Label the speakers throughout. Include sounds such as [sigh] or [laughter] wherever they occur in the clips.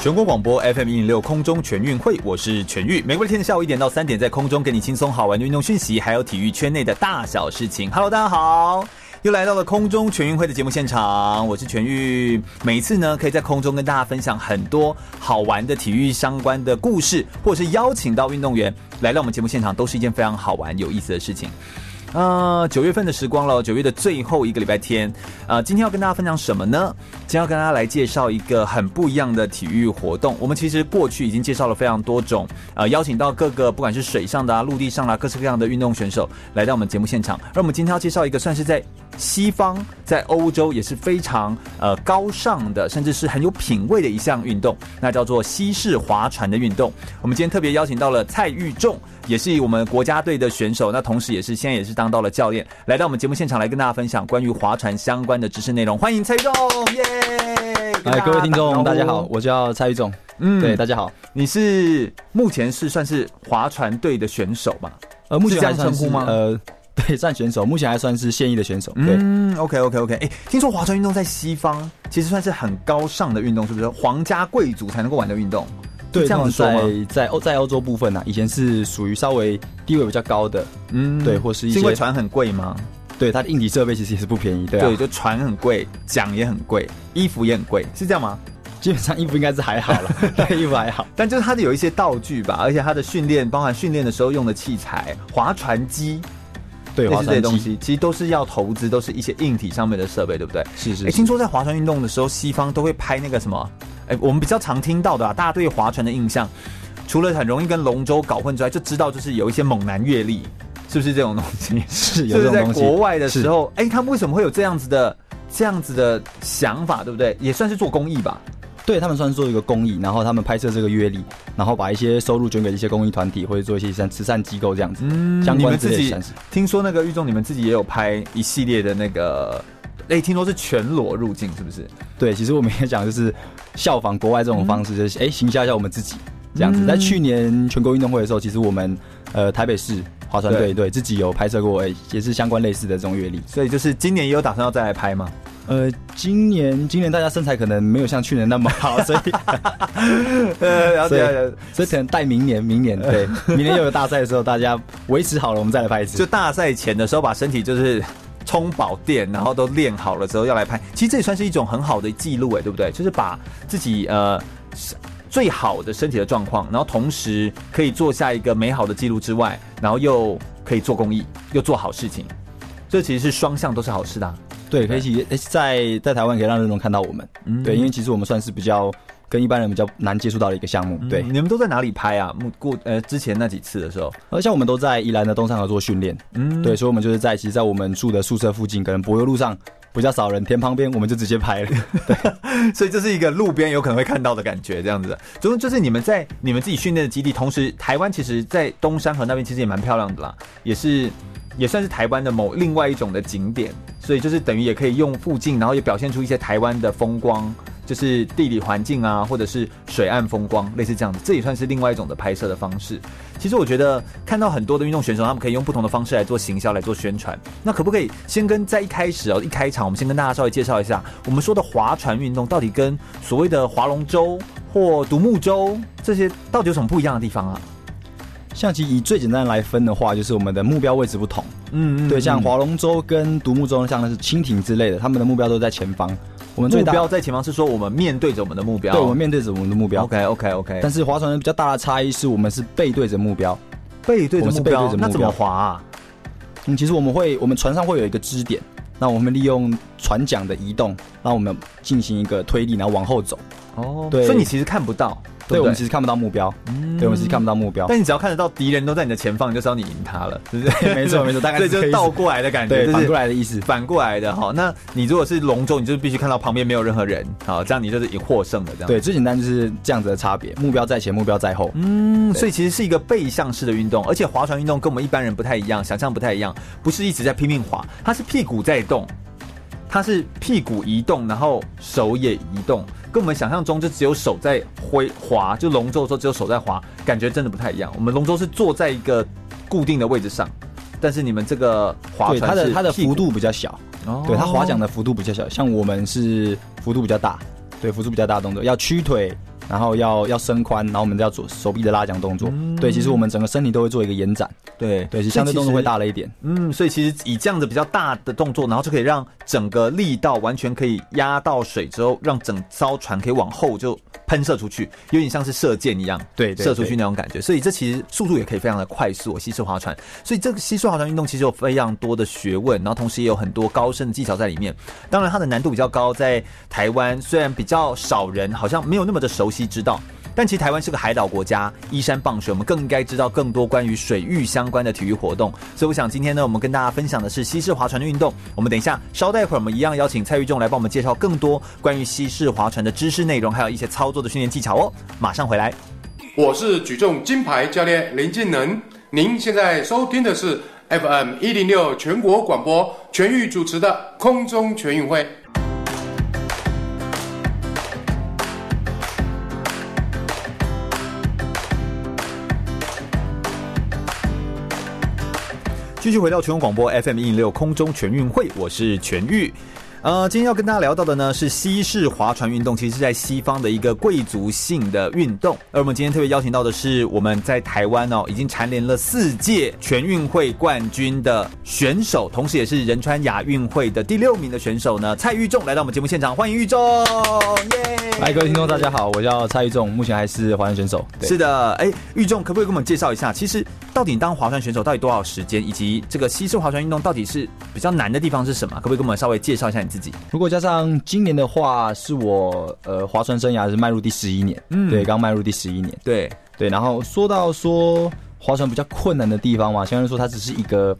Speaker 1: 全国广播 FM 一零六空中全运会，我是全玉。每个天的下午一点到三点，在空中给你轻松好玩的运动讯息，还有体育圈内的大小事情。Hello，大家好，又来到了空中全运会的节目现场，我是全玉。每一次呢，可以在空中跟大家分享很多好玩的体育相关的故事，或者是邀请到运动员来到我们节目现场，都是一件非常好玩、有意思的事情。呃，九月份的时光了，九月的最后一个礼拜天，呃，今天要跟大家分享什么呢？今天要跟大家来介绍一个很不一样的体育活动。我们其实过去已经介绍了非常多种，呃，邀请到各个不管是水上的啊、陆地上的、啊、各式各样的运动选手来到我们节目现场。而我们今天要介绍一个算是在西方、在欧洲也是非常呃高尚的，甚至是很有品味的一项运动，那叫做西式划船的运动。我们今天特别邀请到了蔡玉仲，也是我们国家队的选手，那同时也是现在也是当到了教练，来到我们节目现场来跟大家分享关于划船相关的知识内容。欢迎蔡玉仲，耶！跟
Speaker 2: 哎，各位听众，
Speaker 1: 打
Speaker 2: 大
Speaker 1: 个招呼
Speaker 2: 家好，我叫蔡玉仲。
Speaker 1: 嗯
Speaker 2: 对，大家好。
Speaker 1: 你是目前是算是划船队的选手嘛？
Speaker 2: 呃，目前
Speaker 1: 是这样
Speaker 2: 还算
Speaker 1: 称呼
Speaker 2: 是
Speaker 1: 吗
Speaker 2: 呃， [laughs] 对，战选手，目前还算是现役的选手。对，
Speaker 1: 嗯，OK OK OK，哎、听说划船运动在西方其实算是很高尚的运动，是不是？皇家贵族才能够玩的运动，
Speaker 2: 对，
Speaker 1: 是这样子
Speaker 2: 通
Speaker 1: 说
Speaker 2: 常
Speaker 1: 吗？
Speaker 2: 在在欧在欧洲部分啊呢，以前是属于稍微地位比较高的，
Speaker 1: 嗯
Speaker 2: 对或是一些
Speaker 1: 因为船很贵吗？
Speaker 2: 对，它的硬体设备其实也是不便宜，对啊
Speaker 1: 对，。就船很贵，桨也很贵，衣服也很贵，是这样吗？
Speaker 2: 基本上衣服应该是还好
Speaker 1: [laughs]
Speaker 2: 了，对，衣服还好。
Speaker 1: 但就是它的有一些道具吧，而且它的训练，包含训练的时候用的器材、划船机，
Speaker 2: 对，
Speaker 1: 类
Speaker 2: 划
Speaker 1: 似这些
Speaker 2: 船
Speaker 1: 东
Speaker 2: 机
Speaker 1: 西，其实都是要投资，都是一些硬体上面的设备，对不对？
Speaker 2: 是
Speaker 1: 哎、
Speaker 2: 是是
Speaker 1: 听说在划船运动的时候，西方都会拍那个什么？哎、我们比较常听到的啊，大家对划船的印象，除了很容易跟龙舟搞混之外，就知道就是有一些猛男阅历，是不是这种东西？
Speaker 2: 是
Speaker 1: 就
Speaker 2: 有
Speaker 1: 是
Speaker 2: 这
Speaker 1: 在
Speaker 2: 种东西。
Speaker 1: 国外的时
Speaker 2: 是
Speaker 1: 候，哎、他们为什么会有这样子的这样子的想法，对不对？也算是做公益吧。
Speaker 2: 对他们算是做一个公益，然后他们拍摄这个阅历，然后把一些收入捐给一些公益团体或者做一些像慈善机构这样子，相
Speaker 1: 嗯你们
Speaker 2: 关
Speaker 1: 自
Speaker 2: 之类的
Speaker 1: 己
Speaker 2: 善事。
Speaker 1: 听说那个玉中，你们自己也有拍一系列的那个，哎、听说是全裸入境，是不是？
Speaker 2: 对，其实我们也讲就是效仿国外这种方式，就是哎、诶行销一下我们自己这样子。在去年全国运动会的时候，其实我们呃台北市划船队对自己有拍摄过，哎、也是相关类似的这种阅历。
Speaker 1: 所以就是今年也有打算要再来拍吗？
Speaker 2: 呃，今年今年大家身材可能没有像去年那么好， [laughs] 所以
Speaker 1: [laughs] 呃，了解
Speaker 2: 所以
Speaker 1: 了解。
Speaker 2: 所以可能待明年，明年 [laughs] 对，明年又有大赛的时候，大家维持好了，我们再来拍一次。
Speaker 1: 就大赛前的时候，把身体就是充饱电，然后都练好了之后要来拍。其实这也算是一种很好的记录，哎，对不对？就是把自己呃最好的身体的状况，然后同时可以做下一个美好的记录之外，然后又可以做公益，又做好事情。这其实是双向都是好事的啊、
Speaker 2: 对，嗯可以其诶在在台湾可以让人众看到我们，对，因为其实我们算是比较跟一般人比较难接触到的一个项目，对。
Speaker 1: 嗯你们都在哪里拍啊？目过呃之前那几次的时候，
Speaker 2: 而像我们都在宜兰的东山河做训练，
Speaker 1: 嗯，
Speaker 2: 对，所以我们就是在其实，在我们住的宿舍附近，可能柏油路上比较少人，田旁边我们就直接拍了。 [laughs]
Speaker 1: 所以这是一个路边有可能会看到的感觉，这样子的。总之就是你们在你们自己训练的基地，同时台湾其实，在东山河那边其实也蛮漂亮的啦，也是也算是台湾的某另外一种的景点，所以就是等于也可以用附近，然后也表现出一些台湾的风光，就是地理环境啊，或者是水岸风光，类似这样子，这也算是另外一种的拍摄的方式。其实我觉得看到很多的运动选手，他们可以用不同的方式来做行销，来做宣传。那可不可以先跟在一开始哦，一开场我们先跟大家稍微介绍一下，我们说的划船运动到底跟所谓的划龙舟或独木舟这些到底有什么不一样的地方啊？
Speaker 2: 像其实以最简单来分的话，就是我们的目标位置不同，
Speaker 1: 嗯
Speaker 2: 对，像划龙舟跟独木舟，像那是蜻蜓之类的，他们的目标都在前方，我们最
Speaker 1: 目
Speaker 2: 大
Speaker 1: 标在前方是说我们面对着我们的目标，
Speaker 2: 对，我们面对着我们的目标。
Speaker 1: OK OK OK，
Speaker 2: 但是划船比较大的差异是我们是背对着目标，
Speaker 1: 背对着
Speaker 2: 我们
Speaker 1: 目
Speaker 2: 是背对着
Speaker 1: 标，
Speaker 2: 目标
Speaker 1: 那怎么划啊？
Speaker 2: 嗯，其实我们会，我们船上会有一个支点，那我们利用船桨的移动，让我们进行一个推力，然后往后走。
Speaker 1: 哦，
Speaker 2: 对
Speaker 1: 所以你其实看不到，对
Speaker 2: 对
Speaker 1: 不
Speaker 2: 我们
Speaker 1: 对
Speaker 2: 其实看不到目标，对我们其实看不到目标。
Speaker 1: 但你只要看得到敌人都在你的前方，你就知道你赢他了， [laughs] 对不对？
Speaker 2: [laughs] 没错没错大概
Speaker 1: 这
Speaker 2: 是
Speaker 1: 就
Speaker 2: 可
Speaker 1: 是
Speaker 2: 以
Speaker 1: 倒过来的感觉，
Speaker 2: 对，
Speaker 1: 就是
Speaker 2: 反过来的意思。
Speaker 1: 反过来的哈。那你如果是龙舟，你就是必须看到旁边没有任何人，好，这样你就是已获胜了，这样。
Speaker 2: 对，最简单就是这样子的差别，目标在前，目标在后。
Speaker 1: 嗯，所以其实是一个背向式的运动，而且划船运动跟我们一般人不太一样，想象不太一样，不是一直在拼命划，它是屁股在动，它是屁股移动，然后手也移动，跟我们想象中就只有手在挥划，就龙舟的时候只有手在划，感觉真的不太一样。我们龙舟是坐在一个固定的位置上，但是你们这个划
Speaker 2: 对，
Speaker 1: 船
Speaker 2: 它的
Speaker 1: 是
Speaker 2: 它的
Speaker 1: 屁股
Speaker 2: 幅，度比较小，
Speaker 1: 哦
Speaker 2: 对它划桨的幅度比较小，像我们是幅度比较大，对幅度比较大的动作，要屈腿，然后要要伸髋，然后我们要做手臂的拉桨动作。
Speaker 1: 嗯
Speaker 2: 对，其实我们整个身体都会做一个延展，
Speaker 1: 对
Speaker 2: 对，其实相对动作会。大了一点。
Speaker 1: 嗯，所以其实以这样子比较大的动作，然后就可以让整个力道完全可以压到水之后，让整艘船可以往后就喷射出去，有点像是射箭一样，
Speaker 2: 对对
Speaker 1: 射出去
Speaker 2: 对
Speaker 1: 那种感觉。所以这其实速度也可以非常的快速、哦。西式划船，所以这个西式划船运动其实有非常多的学问，然后同时也有很多高深的技巧在里面。当然，它的难度比较高，在台湾虽然比较少人，好像没有那么的熟悉知道。但其实台湾是个海岛国家，依山傍水，我们更应该知道更多关于水域相关的体育活动。所以我想今天呢，我们跟大家分享的是西式划船的运动。我们等一下稍待一会儿，我们一样邀请蔡玉仲来帮我们介绍更多关于西式划船的知识内容，还有一些操作的训练技巧哦。马上回来。
Speaker 3: 我是举重金牌教练林敬能，您现在收听的是 FM 一零六全国广播全域主持的空中全运会。
Speaker 1: 继续回到全国广播 FM 一零六空中全运会，我是全玉。呃，今天要跟大家聊到的呢是西式划船运动，其实是在西方的一个贵族性的运动。而我们今天特别邀请到的是我们在台湾哦已经蝉联了四届全运会冠军的选手，同时也是仁川亚运会的第六名的选手呢蔡玉仲来到我们节目现场，欢迎玉仲，耶！
Speaker 2: 来，各位听众大家好，我叫蔡玉仲，目前还是华人选手。对
Speaker 1: 是的，哎，玉仲可不可以给我们介绍一下，其实到底你当划船选手到底多少时间，以及这个西式划船运动到底是比较难的地方是什么？可不可以给我们稍微介绍一下你自己？
Speaker 2: 如果加上今年的话，是我呃划船生涯是迈入第十一年，
Speaker 1: 嗯
Speaker 2: 对，刚迈入第十一年，
Speaker 1: 对，
Speaker 2: 对。然后说到说划船比较困难的地方嘛，相对来说它只是一个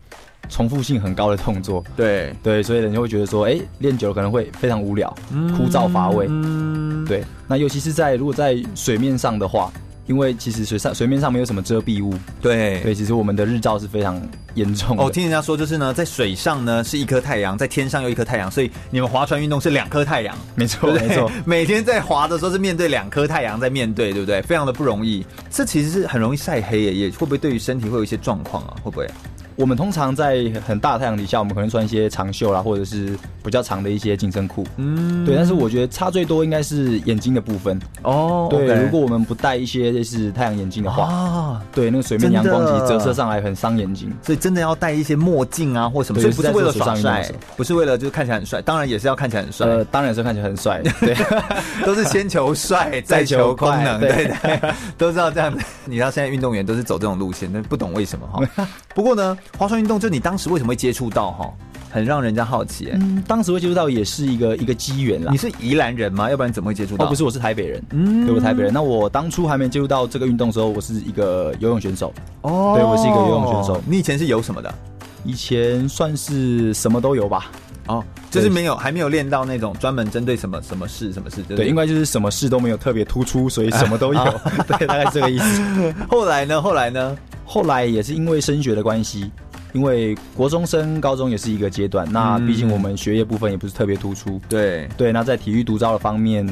Speaker 2: 重复性很高的动作，
Speaker 1: 对，
Speaker 2: 对，所以人就会觉得说，哎、练久了可能会非常无聊、枯燥乏味，
Speaker 1: 嗯，
Speaker 2: 对。那尤其是在如果在水面上的话，因为其实水上水面上没有什么遮蔽物，
Speaker 1: 对，
Speaker 2: 对，其实我们的日照是非常严重的。
Speaker 1: 哦，听人家说就是呢，在水上呢是一颗太阳，在天上又一颗太阳，所以你们划船运动是两颗太阳，
Speaker 2: [laughs] 没错，
Speaker 1: 对不
Speaker 2: 没
Speaker 1: 对
Speaker 2: 错，
Speaker 1: [laughs] 每天在划的时候是面对两颗太阳在面对，对不对？非常的不容易，这其实是很容易晒黑耶，也会不会对于身体会有一些状况啊？会不会？
Speaker 2: 我们通常在很大的太阳底下，我们可能穿一些长袖啦，啊或者是比较长的一些紧身裤。
Speaker 1: 嗯，
Speaker 2: 对，但是我觉得差最多应该是眼睛的部分。
Speaker 1: 哦
Speaker 2: 对
Speaker 1: OK
Speaker 2: 如果我们不戴一些就是太阳眼镜的话，
Speaker 1: 啊，
Speaker 2: 对那个水面
Speaker 1: 真
Speaker 2: 阳
Speaker 1: 的
Speaker 2: 光其实折射上来很伤眼睛。
Speaker 1: 所以真的要戴一些墨镜啊，或什么，所
Speaker 2: 对
Speaker 1: 以不是为了耍
Speaker 2: 是在做水上运动
Speaker 1: 帅
Speaker 2: 的时候，
Speaker 1: 不是为了就是看起来很帅，当然也是要看起来很帅，
Speaker 2: 呃，当然是看起来
Speaker 1: [laughs]
Speaker 2: 很帅，对，
Speaker 1: 都是先求
Speaker 2: [laughs]
Speaker 1: 帅再
Speaker 2: 再
Speaker 1: 求
Speaker 2: 求
Speaker 1: 功
Speaker 2: 快
Speaker 1: 能，
Speaker 2: 对
Speaker 1: 对对， [laughs] 都知道这样子。你知道现在运动员都是走这种路线，但不懂为什么
Speaker 2: [laughs]
Speaker 1: 哈。不过呢，划船运动就你当时为什么会接触到哈，很让人家好奇、欸。
Speaker 2: 嗯，当时会接触到也是一个一个机缘啦
Speaker 1: 你。嗯是宜兰人吗？要不然怎么会接触到？
Speaker 2: 嗯哦，不是，我是台北人，对，我台北人。那我当初还没接触到这个运动的时候，我是一个游泳选手，
Speaker 1: 哦
Speaker 2: 对我是一个游泳选手
Speaker 1: 你以前是游什么的？
Speaker 2: 以前算是什么都有吧，
Speaker 1: 哦，就是
Speaker 2: 对
Speaker 1: 没有，还没有练到那种专门针对什么什么事什么事，就是
Speaker 2: 对，因为就是什么事都没有特别突出，所以什么
Speaker 1: [laughs]
Speaker 2: 都有，
Speaker 1: 啊
Speaker 2: [laughs] 对，大概是这个意思。
Speaker 1: 后来呢，后来呢，
Speaker 2: 后来也是因为升学的关系，因为国中升高中也是一个阶段，那
Speaker 1: 嗯
Speaker 2: 毕竟我们学业部分也不是特别突出，
Speaker 1: 对，
Speaker 2: 对，那在体育独招的方面，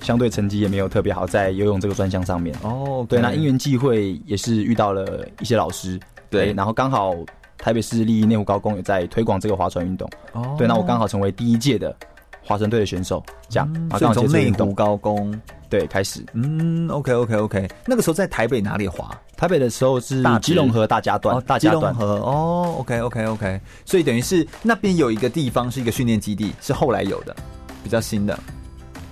Speaker 2: 相对成绩也没有特别好，在游泳这个专项上面，
Speaker 1: 哦，OK，
Speaker 2: 对，那因缘际会也是遇到了一些老师，
Speaker 1: 对
Speaker 2: 哎然后刚好台北市立内湖高工也在推广这个划船运动，
Speaker 1: 哦
Speaker 2: 对，那我刚好成为第一届的划船队的选手，这样，
Speaker 1: 嗯所
Speaker 2: 然后刚
Speaker 1: 以
Speaker 2: 好接
Speaker 1: 从
Speaker 2: 触
Speaker 1: 内
Speaker 2: 运
Speaker 1: 湖
Speaker 2: 动，
Speaker 1: 高工，
Speaker 2: 对，开始。
Speaker 1: 嗯，OK OK OK，那个时候在台北哪里滑？
Speaker 2: 台北的时候是
Speaker 1: 大直
Speaker 2: 基隆河大家段，大
Speaker 1: 基
Speaker 2: 家
Speaker 1: 隆
Speaker 2: 段，
Speaker 1: 河哦，OK OK OK，所以等于是那边有一个地方是一个训练基地，是后来有的，比较新的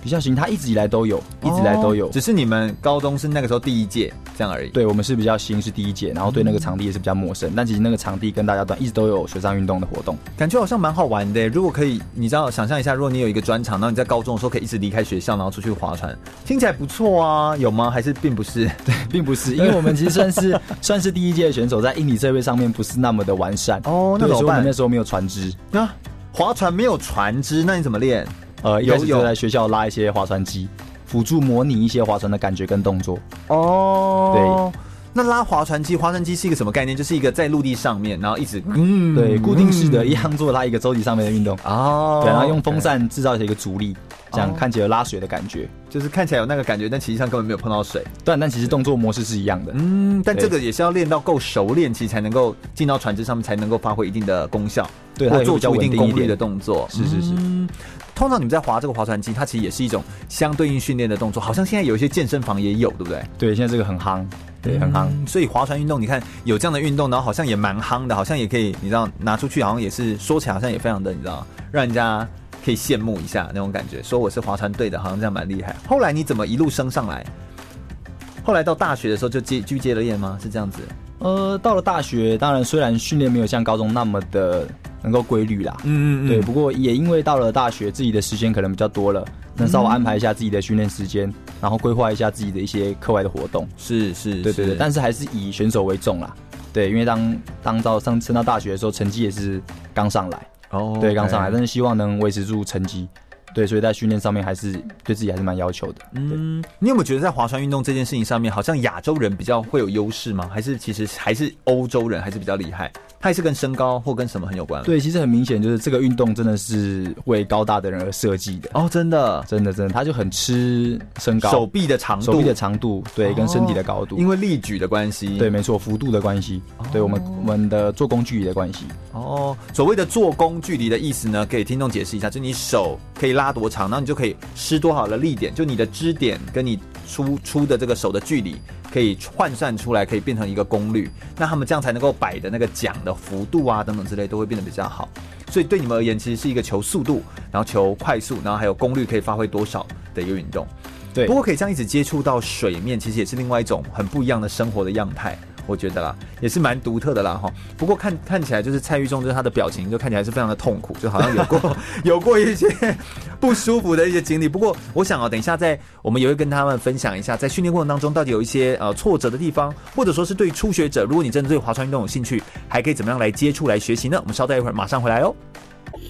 Speaker 2: 比较新，它一直以来都有，一直以来都有。
Speaker 1: 哦只是你们高中是那个时候第一届这样而已。，
Speaker 2: 对我们是比较新，是第一届，然后对那个场地也是比较陌生。但其实那个场地跟大家都一直都有水上运动的活动。
Speaker 1: 感觉好像蛮好玩的。如果可以，你知道，想象一下，如果你有一个专场，然后你在高中的时候可以一直离开学校，然后出去划船，听起来不错啊，有吗？还是并不是？
Speaker 2: 并不是，因为我们其实
Speaker 1: [laughs]
Speaker 2: 算是算是第一届的选手，在硬体设备上面不是那么的完善
Speaker 1: 哦那怎
Speaker 2: 对
Speaker 1: 么
Speaker 2: 所以我
Speaker 1: 办
Speaker 2: 们那时候没有船只，
Speaker 1: 啊，划船没有船只，那你怎么练？
Speaker 2: 呃，
Speaker 1: 有
Speaker 2: 有有
Speaker 1: 有
Speaker 2: 在学校拉一些划船机，辅助模拟一些划船的感觉跟动作。
Speaker 1: 哦，对。那拉划船机，划船机是一个什么概念？就是一个在陆地上面，然后一直嗯，
Speaker 2: 对，固定式的一样做拉一个舟体上面的运动，
Speaker 1: 哦，
Speaker 2: 对，然后用风扇制造一个阻力，这样
Speaker 1: 哦
Speaker 2: 看起来有拉水的感觉。
Speaker 1: 就是看起来有那个感觉，但其实上根本没有碰到水。
Speaker 2: 但但其实动作模式是一样的。
Speaker 1: 嗯，但
Speaker 2: 对
Speaker 1: 这个也是要练到够熟练，其实才能够进到船只上面，才能够发挥一定的功效，
Speaker 2: 对它
Speaker 1: 或
Speaker 2: 也会
Speaker 1: 做
Speaker 2: 比较
Speaker 1: 出一
Speaker 2: 稳
Speaker 1: 定
Speaker 2: 定一
Speaker 1: 功率
Speaker 2: 点
Speaker 1: 的动作。
Speaker 2: 是是是
Speaker 1: 嗯通常你们在划这个划船机，它其实也是一种相对应训练的动作，好像现在有一些健身房也有，对不对？
Speaker 2: 对，现在这个很夯，对，很夯。
Speaker 1: 嗯所以划船运动，你看有这样的运动，然后好像也蛮夯的，好像也可以，你知道拿出去，好像也是说起来好像也非常的，你知道，让人家可以羡慕一下那种感觉。说我是划船队的，好像这样蛮厉害。后来你怎么一路升上来？后来到大学的时候就接继续接着练吗？是这样子？
Speaker 2: 呃，到了大学，当然虽然训练没有像高中那么的能够规律啦，
Speaker 1: 嗯
Speaker 2: 对，不过也因为到了大学，自己的时间可能比较多了，那
Speaker 1: 嗯
Speaker 2: 稍微安排一下自己的训练时间，然后规划一下自己的一些课外的活动。
Speaker 1: 是是，
Speaker 2: 对对
Speaker 1: 是
Speaker 2: 对，但是还是以选手为重啦。对，因为当当到上升到大学的时候，成绩也是刚上来，
Speaker 1: 哦
Speaker 2: 对，刚上来，
Speaker 1: 的
Speaker 2: 但是希望能维持住成绩。对，所以在训练上面还是对自己还是蛮要求的。对，
Speaker 1: 嗯，你有没有觉得在划船运动这件事情上面，好像亚洲人比较会有优势吗？还是其实还是欧洲人还是比较厉害？它还是跟身高或跟什么很有关？，
Speaker 2: 对，其实很明显就是这个运动真的是为高大的人而设计的，
Speaker 1: 哦，真的，
Speaker 2: 真的真的，他就很吃身高、
Speaker 1: 手臂的长度，
Speaker 2: 手臂的长度，对，跟身体的高度。
Speaker 1: 因为力举的关系，
Speaker 2: 对，没错，幅度的关系，对我们我们的做工距离的关系，
Speaker 1: 哦，所谓的做工距离的意思呢，给听众解释一下，就你手可以拉多长，然后你就可以施多少的力点，就你的支点跟你出出的这个手的距离，可以换算出来，可以变成一个功率，那他们这样才能够摆的那个桨的幅度啊等等之类都会变得比较好。所以对你们而言，其实是一个求速度，然后求快速，然后还有功率可以发挥多少的一个运动。
Speaker 2: 对
Speaker 1: 不过可以这样一直接触到水面，其实也是另外一种很不一样的生活的样态，我觉得啦，也是蛮独特的啦哈。不过看看起来就是蔡玉忠，就是他的表情就看起来是非常的痛苦，就好像有过 [laughs] 有过一些不舒服的一些经历。不过我想哦，等一下在我们也会跟他们分享一下，在训练过程当中到底有一些呃挫折的地方，或者说是对于初学者，如果你真的对划船运动有兴趣，还可以怎么样来接触来学习呢？我们稍待一会儿，马上回来哦。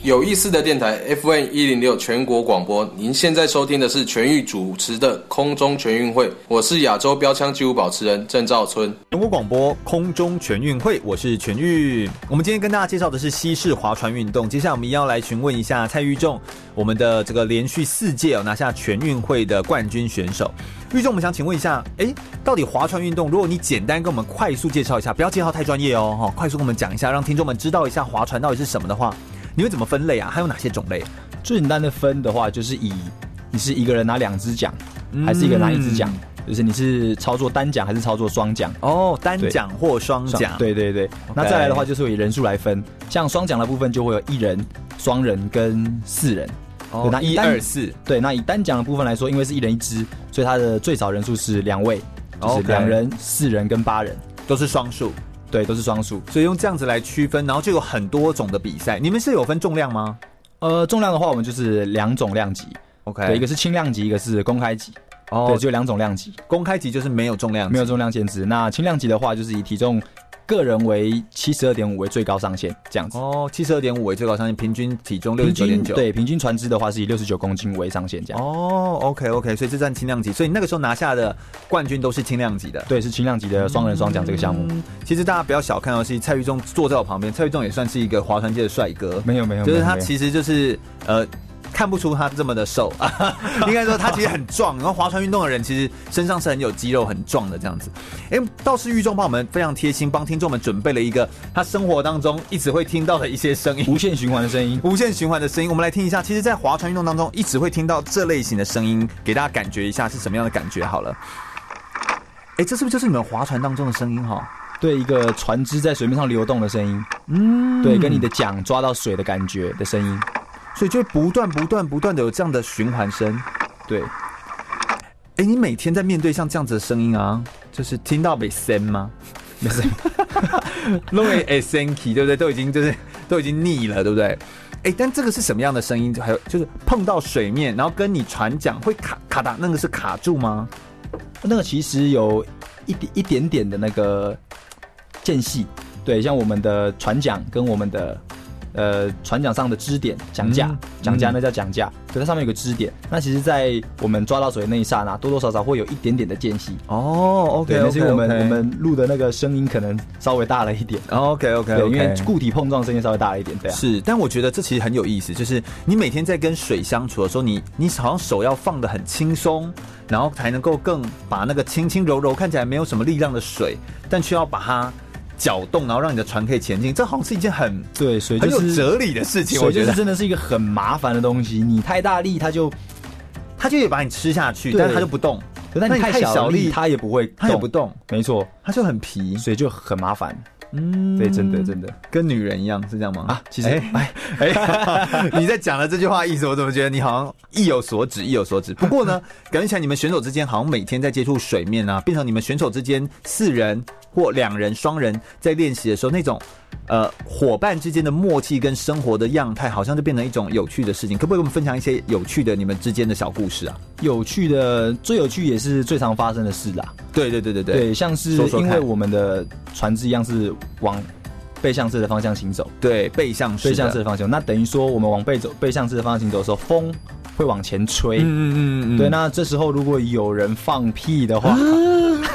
Speaker 4: 有意思的电台 FN 一零六全国广播，您现在收听的是全域主持的空中全运会，我是亚洲标枪纪录保持人郑兆春。
Speaker 1: 全国广播空中全运会，我是全玉。我们今天跟大家介绍的是西式划船运动。接下来我们一样来询问一下蔡玉仲，我们的这个连续四届哦拿下全运会的冠军选手。玉仲，我们想请问一下，哎，到底划船运动，如果你简单跟我们快速介绍一下，不要介绍太专业哦，哈、快速跟我们讲一下，让听众们知道一下划船到底是什么的话，你会怎么分类啊？还有哪些种类？
Speaker 2: 最简单的分的话，就是以你是一个人拿两只桨，
Speaker 1: 嗯
Speaker 2: 还是一个人拿一只桨，就是你是操作单桨还是操作双桨。
Speaker 1: 哦，单桨或双桨，，
Speaker 2: 对对对。那再来的话，就是以人数来分，像双桨的部分就会有一人、双人跟四人。
Speaker 1: 哦
Speaker 2: 对，那
Speaker 1: 一
Speaker 2: 单
Speaker 1: 二四，
Speaker 2: 对，那以单桨的部分来说，因为是一人一只，所以它的最少人数是两位，就是
Speaker 1: OK
Speaker 2: 两人、四人跟八人，
Speaker 1: 都是双数。
Speaker 2: 对，都是双数。
Speaker 1: 所以用这样子来区分，然后就有很多种的比赛。你们是有分重量吗
Speaker 2: 呃，重量的话，我们就是两种量级，
Speaker 1: ？OK，
Speaker 2: 对，一个是轻量级，一个是公开级，
Speaker 1: 哎哦
Speaker 2: 对，，只有两种量级，
Speaker 1: 公开级就是没有重量，
Speaker 2: 没有重量限制。那轻量级的话，就是以体重个人为七十二点五为最高上限，这样子。
Speaker 1: 哦，七十二点五为最高上限，平均体重六十
Speaker 2: 平
Speaker 1: 九点
Speaker 2: 均
Speaker 1: 九。。
Speaker 2: 对平均船只的话是以六十九公斤为上限，这样。
Speaker 1: 哦，OK OK，所以这算轻量级，所以那个时候拿下的冠军都是轻量级的。
Speaker 2: 对，是轻量级的双人双桨这个项目。
Speaker 1: 嗯，其实大家不要小看哦，是蔡玉忠坐在我旁边，蔡玉忠也算是一个划船界的帅哥，
Speaker 2: 没有没有，
Speaker 1: 就是他
Speaker 2: 没有
Speaker 1: 其实就是呃。看不出他这么的瘦 [laughs] 啊，应该说他其实很壮。然后划船运动的人其实身上是很有肌肉、很壮的这样子。哎，倒是玉仲帮我们非常贴心，帮听众们准备了一个他生活当中一直会听到的一些声音， [laughs]
Speaker 2: 无限循环的声音。
Speaker 1: 无限循环的声音。我们来听一下，其实，在划船运动当中，一直会听到这类型的声音，给大家感觉一下是什么样的感觉好了。哎，这是不是就是你们划船当中的声音哈？
Speaker 2: 对一个船只在水面上流动的声音，嗯，对，跟你的桨抓到水的感觉的声音，
Speaker 1: 所以就会不断、不断、不断的有这样的循环声。
Speaker 2: 对，
Speaker 1: 哎、你每天在面对像这样子的声音啊，就是听到被声吗？ [laughs]
Speaker 2: 没事。
Speaker 1: 弄为 S N K 对不对？都已经就是都已经腻了，对不对？哎、但这个是什么样的声音？还有就是碰到水面，然后跟你船桨会卡卡打，那个是卡住吗？
Speaker 2: 那个其实有一点一点点的那个间隙，对，像我们的船桨跟我们的呃船桨上的支点桨架
Speaker 1: 嗯，
Speaker 2: 桨、架
Speaker 1: 嗯
Speaker 2: 那叫桨架，对，它上面有个支点。那其实，在我们抓到水的那一刹那，多多少少会有一点点的间隙。
Speaker 1: 哦，OK，
Speaker 2: 对，那是因为我们
Speaker 1: OK，OK
Speaker 2: 我们录的那个声音可能稍微大了一点，
Speaker 1: OK OK，
Speaker 2: 对，因为固体碰撞声音稍微大了一点，对啊。
Speaker 1: 是，但我觉得这其实很有意思，就是你每天在跟水相处的时候，你你好像手要放的很轻松，然后才能够更把那个轻轻柔柔看起来没有什么力量的水，但却要把它搅动，然后让你的船可以前进，这好像是一件很
Speaker 2: 对，水
Speaker 1: 很
Speaker 2: 就
Speaker 1: 有
Speaker 2: 是
Speaker 1: 哲理的事情，我
Speaker 2: 水就
Speaker 1: 觉
Speaker 2: 是
Speaker 1: 得。
Speaker 2: 真的是一个很麻烦的东西，你太大力它就，
Speaker 1: 它就也把你吃下去，
Speaker 2: 对
Speaker 1: 但它就不动。
Speaker 2: 但你
Speaker 1: 那你
Speaker 2: 太
Speaker 1: 太小
Speaker 2: 小
Speaker 1: 力
Speaker 2: 力它也不会，
Speaker 1: 它也不动，
Speaker 2: 没错，
Speaker 1: 它就很皮，
Speaker 2: 所以就很麻烦。
Speaker 1: 嗯，
Speaker 2: 对，真的真的
Speaker 1: 跟女人一样，是这样吗？
Speaker 2: 啊，其实
Speaker 1: 哎
Speaker 2: 哎，
Speaker 1: [laughs] 哎，你在讲了这句话意思，我怎么觉得你好像意有所指，意有所指。不过 [laughs] 呢，感觉起来你们选手之间好像每天在接触水面啊，变成你们选手之间四人或两人、双人在练习的时候那种。呃，伙伴之间的默契跟生活的样态，好像就变成一种有趣的事情。可不可以跟我们分享一些有趣的你们之间的小故事啊？
Speaker 2: 有趣的最有趣也是最常发生的事啦。
Speaker 1: 对对对对对
Speaker 2: 对，像是
Speaker 1: 说说看
Speaker 2: 因为我们的船只一样是往背向式的方向行走，
Speaker 1: 对，背向式的，
Speaker 2: 背向式的方向，那等于说我们往背走背向式的方向行走的时候，风会往前吹。
Speaker 1: 嗯嗯嗯嗯，
Speaker 2: 对，那这时候如果有人放屁的话，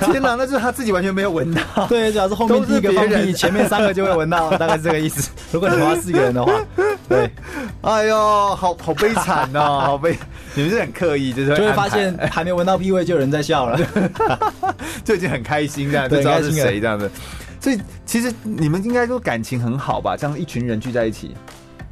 Speaker 1: 天哪，那 [laughs] 就是他自己完全没有闻到。
Speaker 2: 对，主要是后面第一个放屁，前面三个就会闻到，大概是这个意思。如果你划四个人的话， [laughs] 对，
Speaker 1: 哎呦，好好悲惨哦， [laughs] 好悲！你们是很刻意，就是
Speaker 2: 就会
Speaker 1: 安排
Speaker 2: 发现还没闻到屁味就有人在笑了。
Speaker 1: 就已经很开心这样，就
Speaker 2: 对
Speaker 1: 知道是
Speaker 2: 很开心了
Speaker 1: 谁这样子。所以其实你们应该都感情很好吧？这样一群人聚在一起，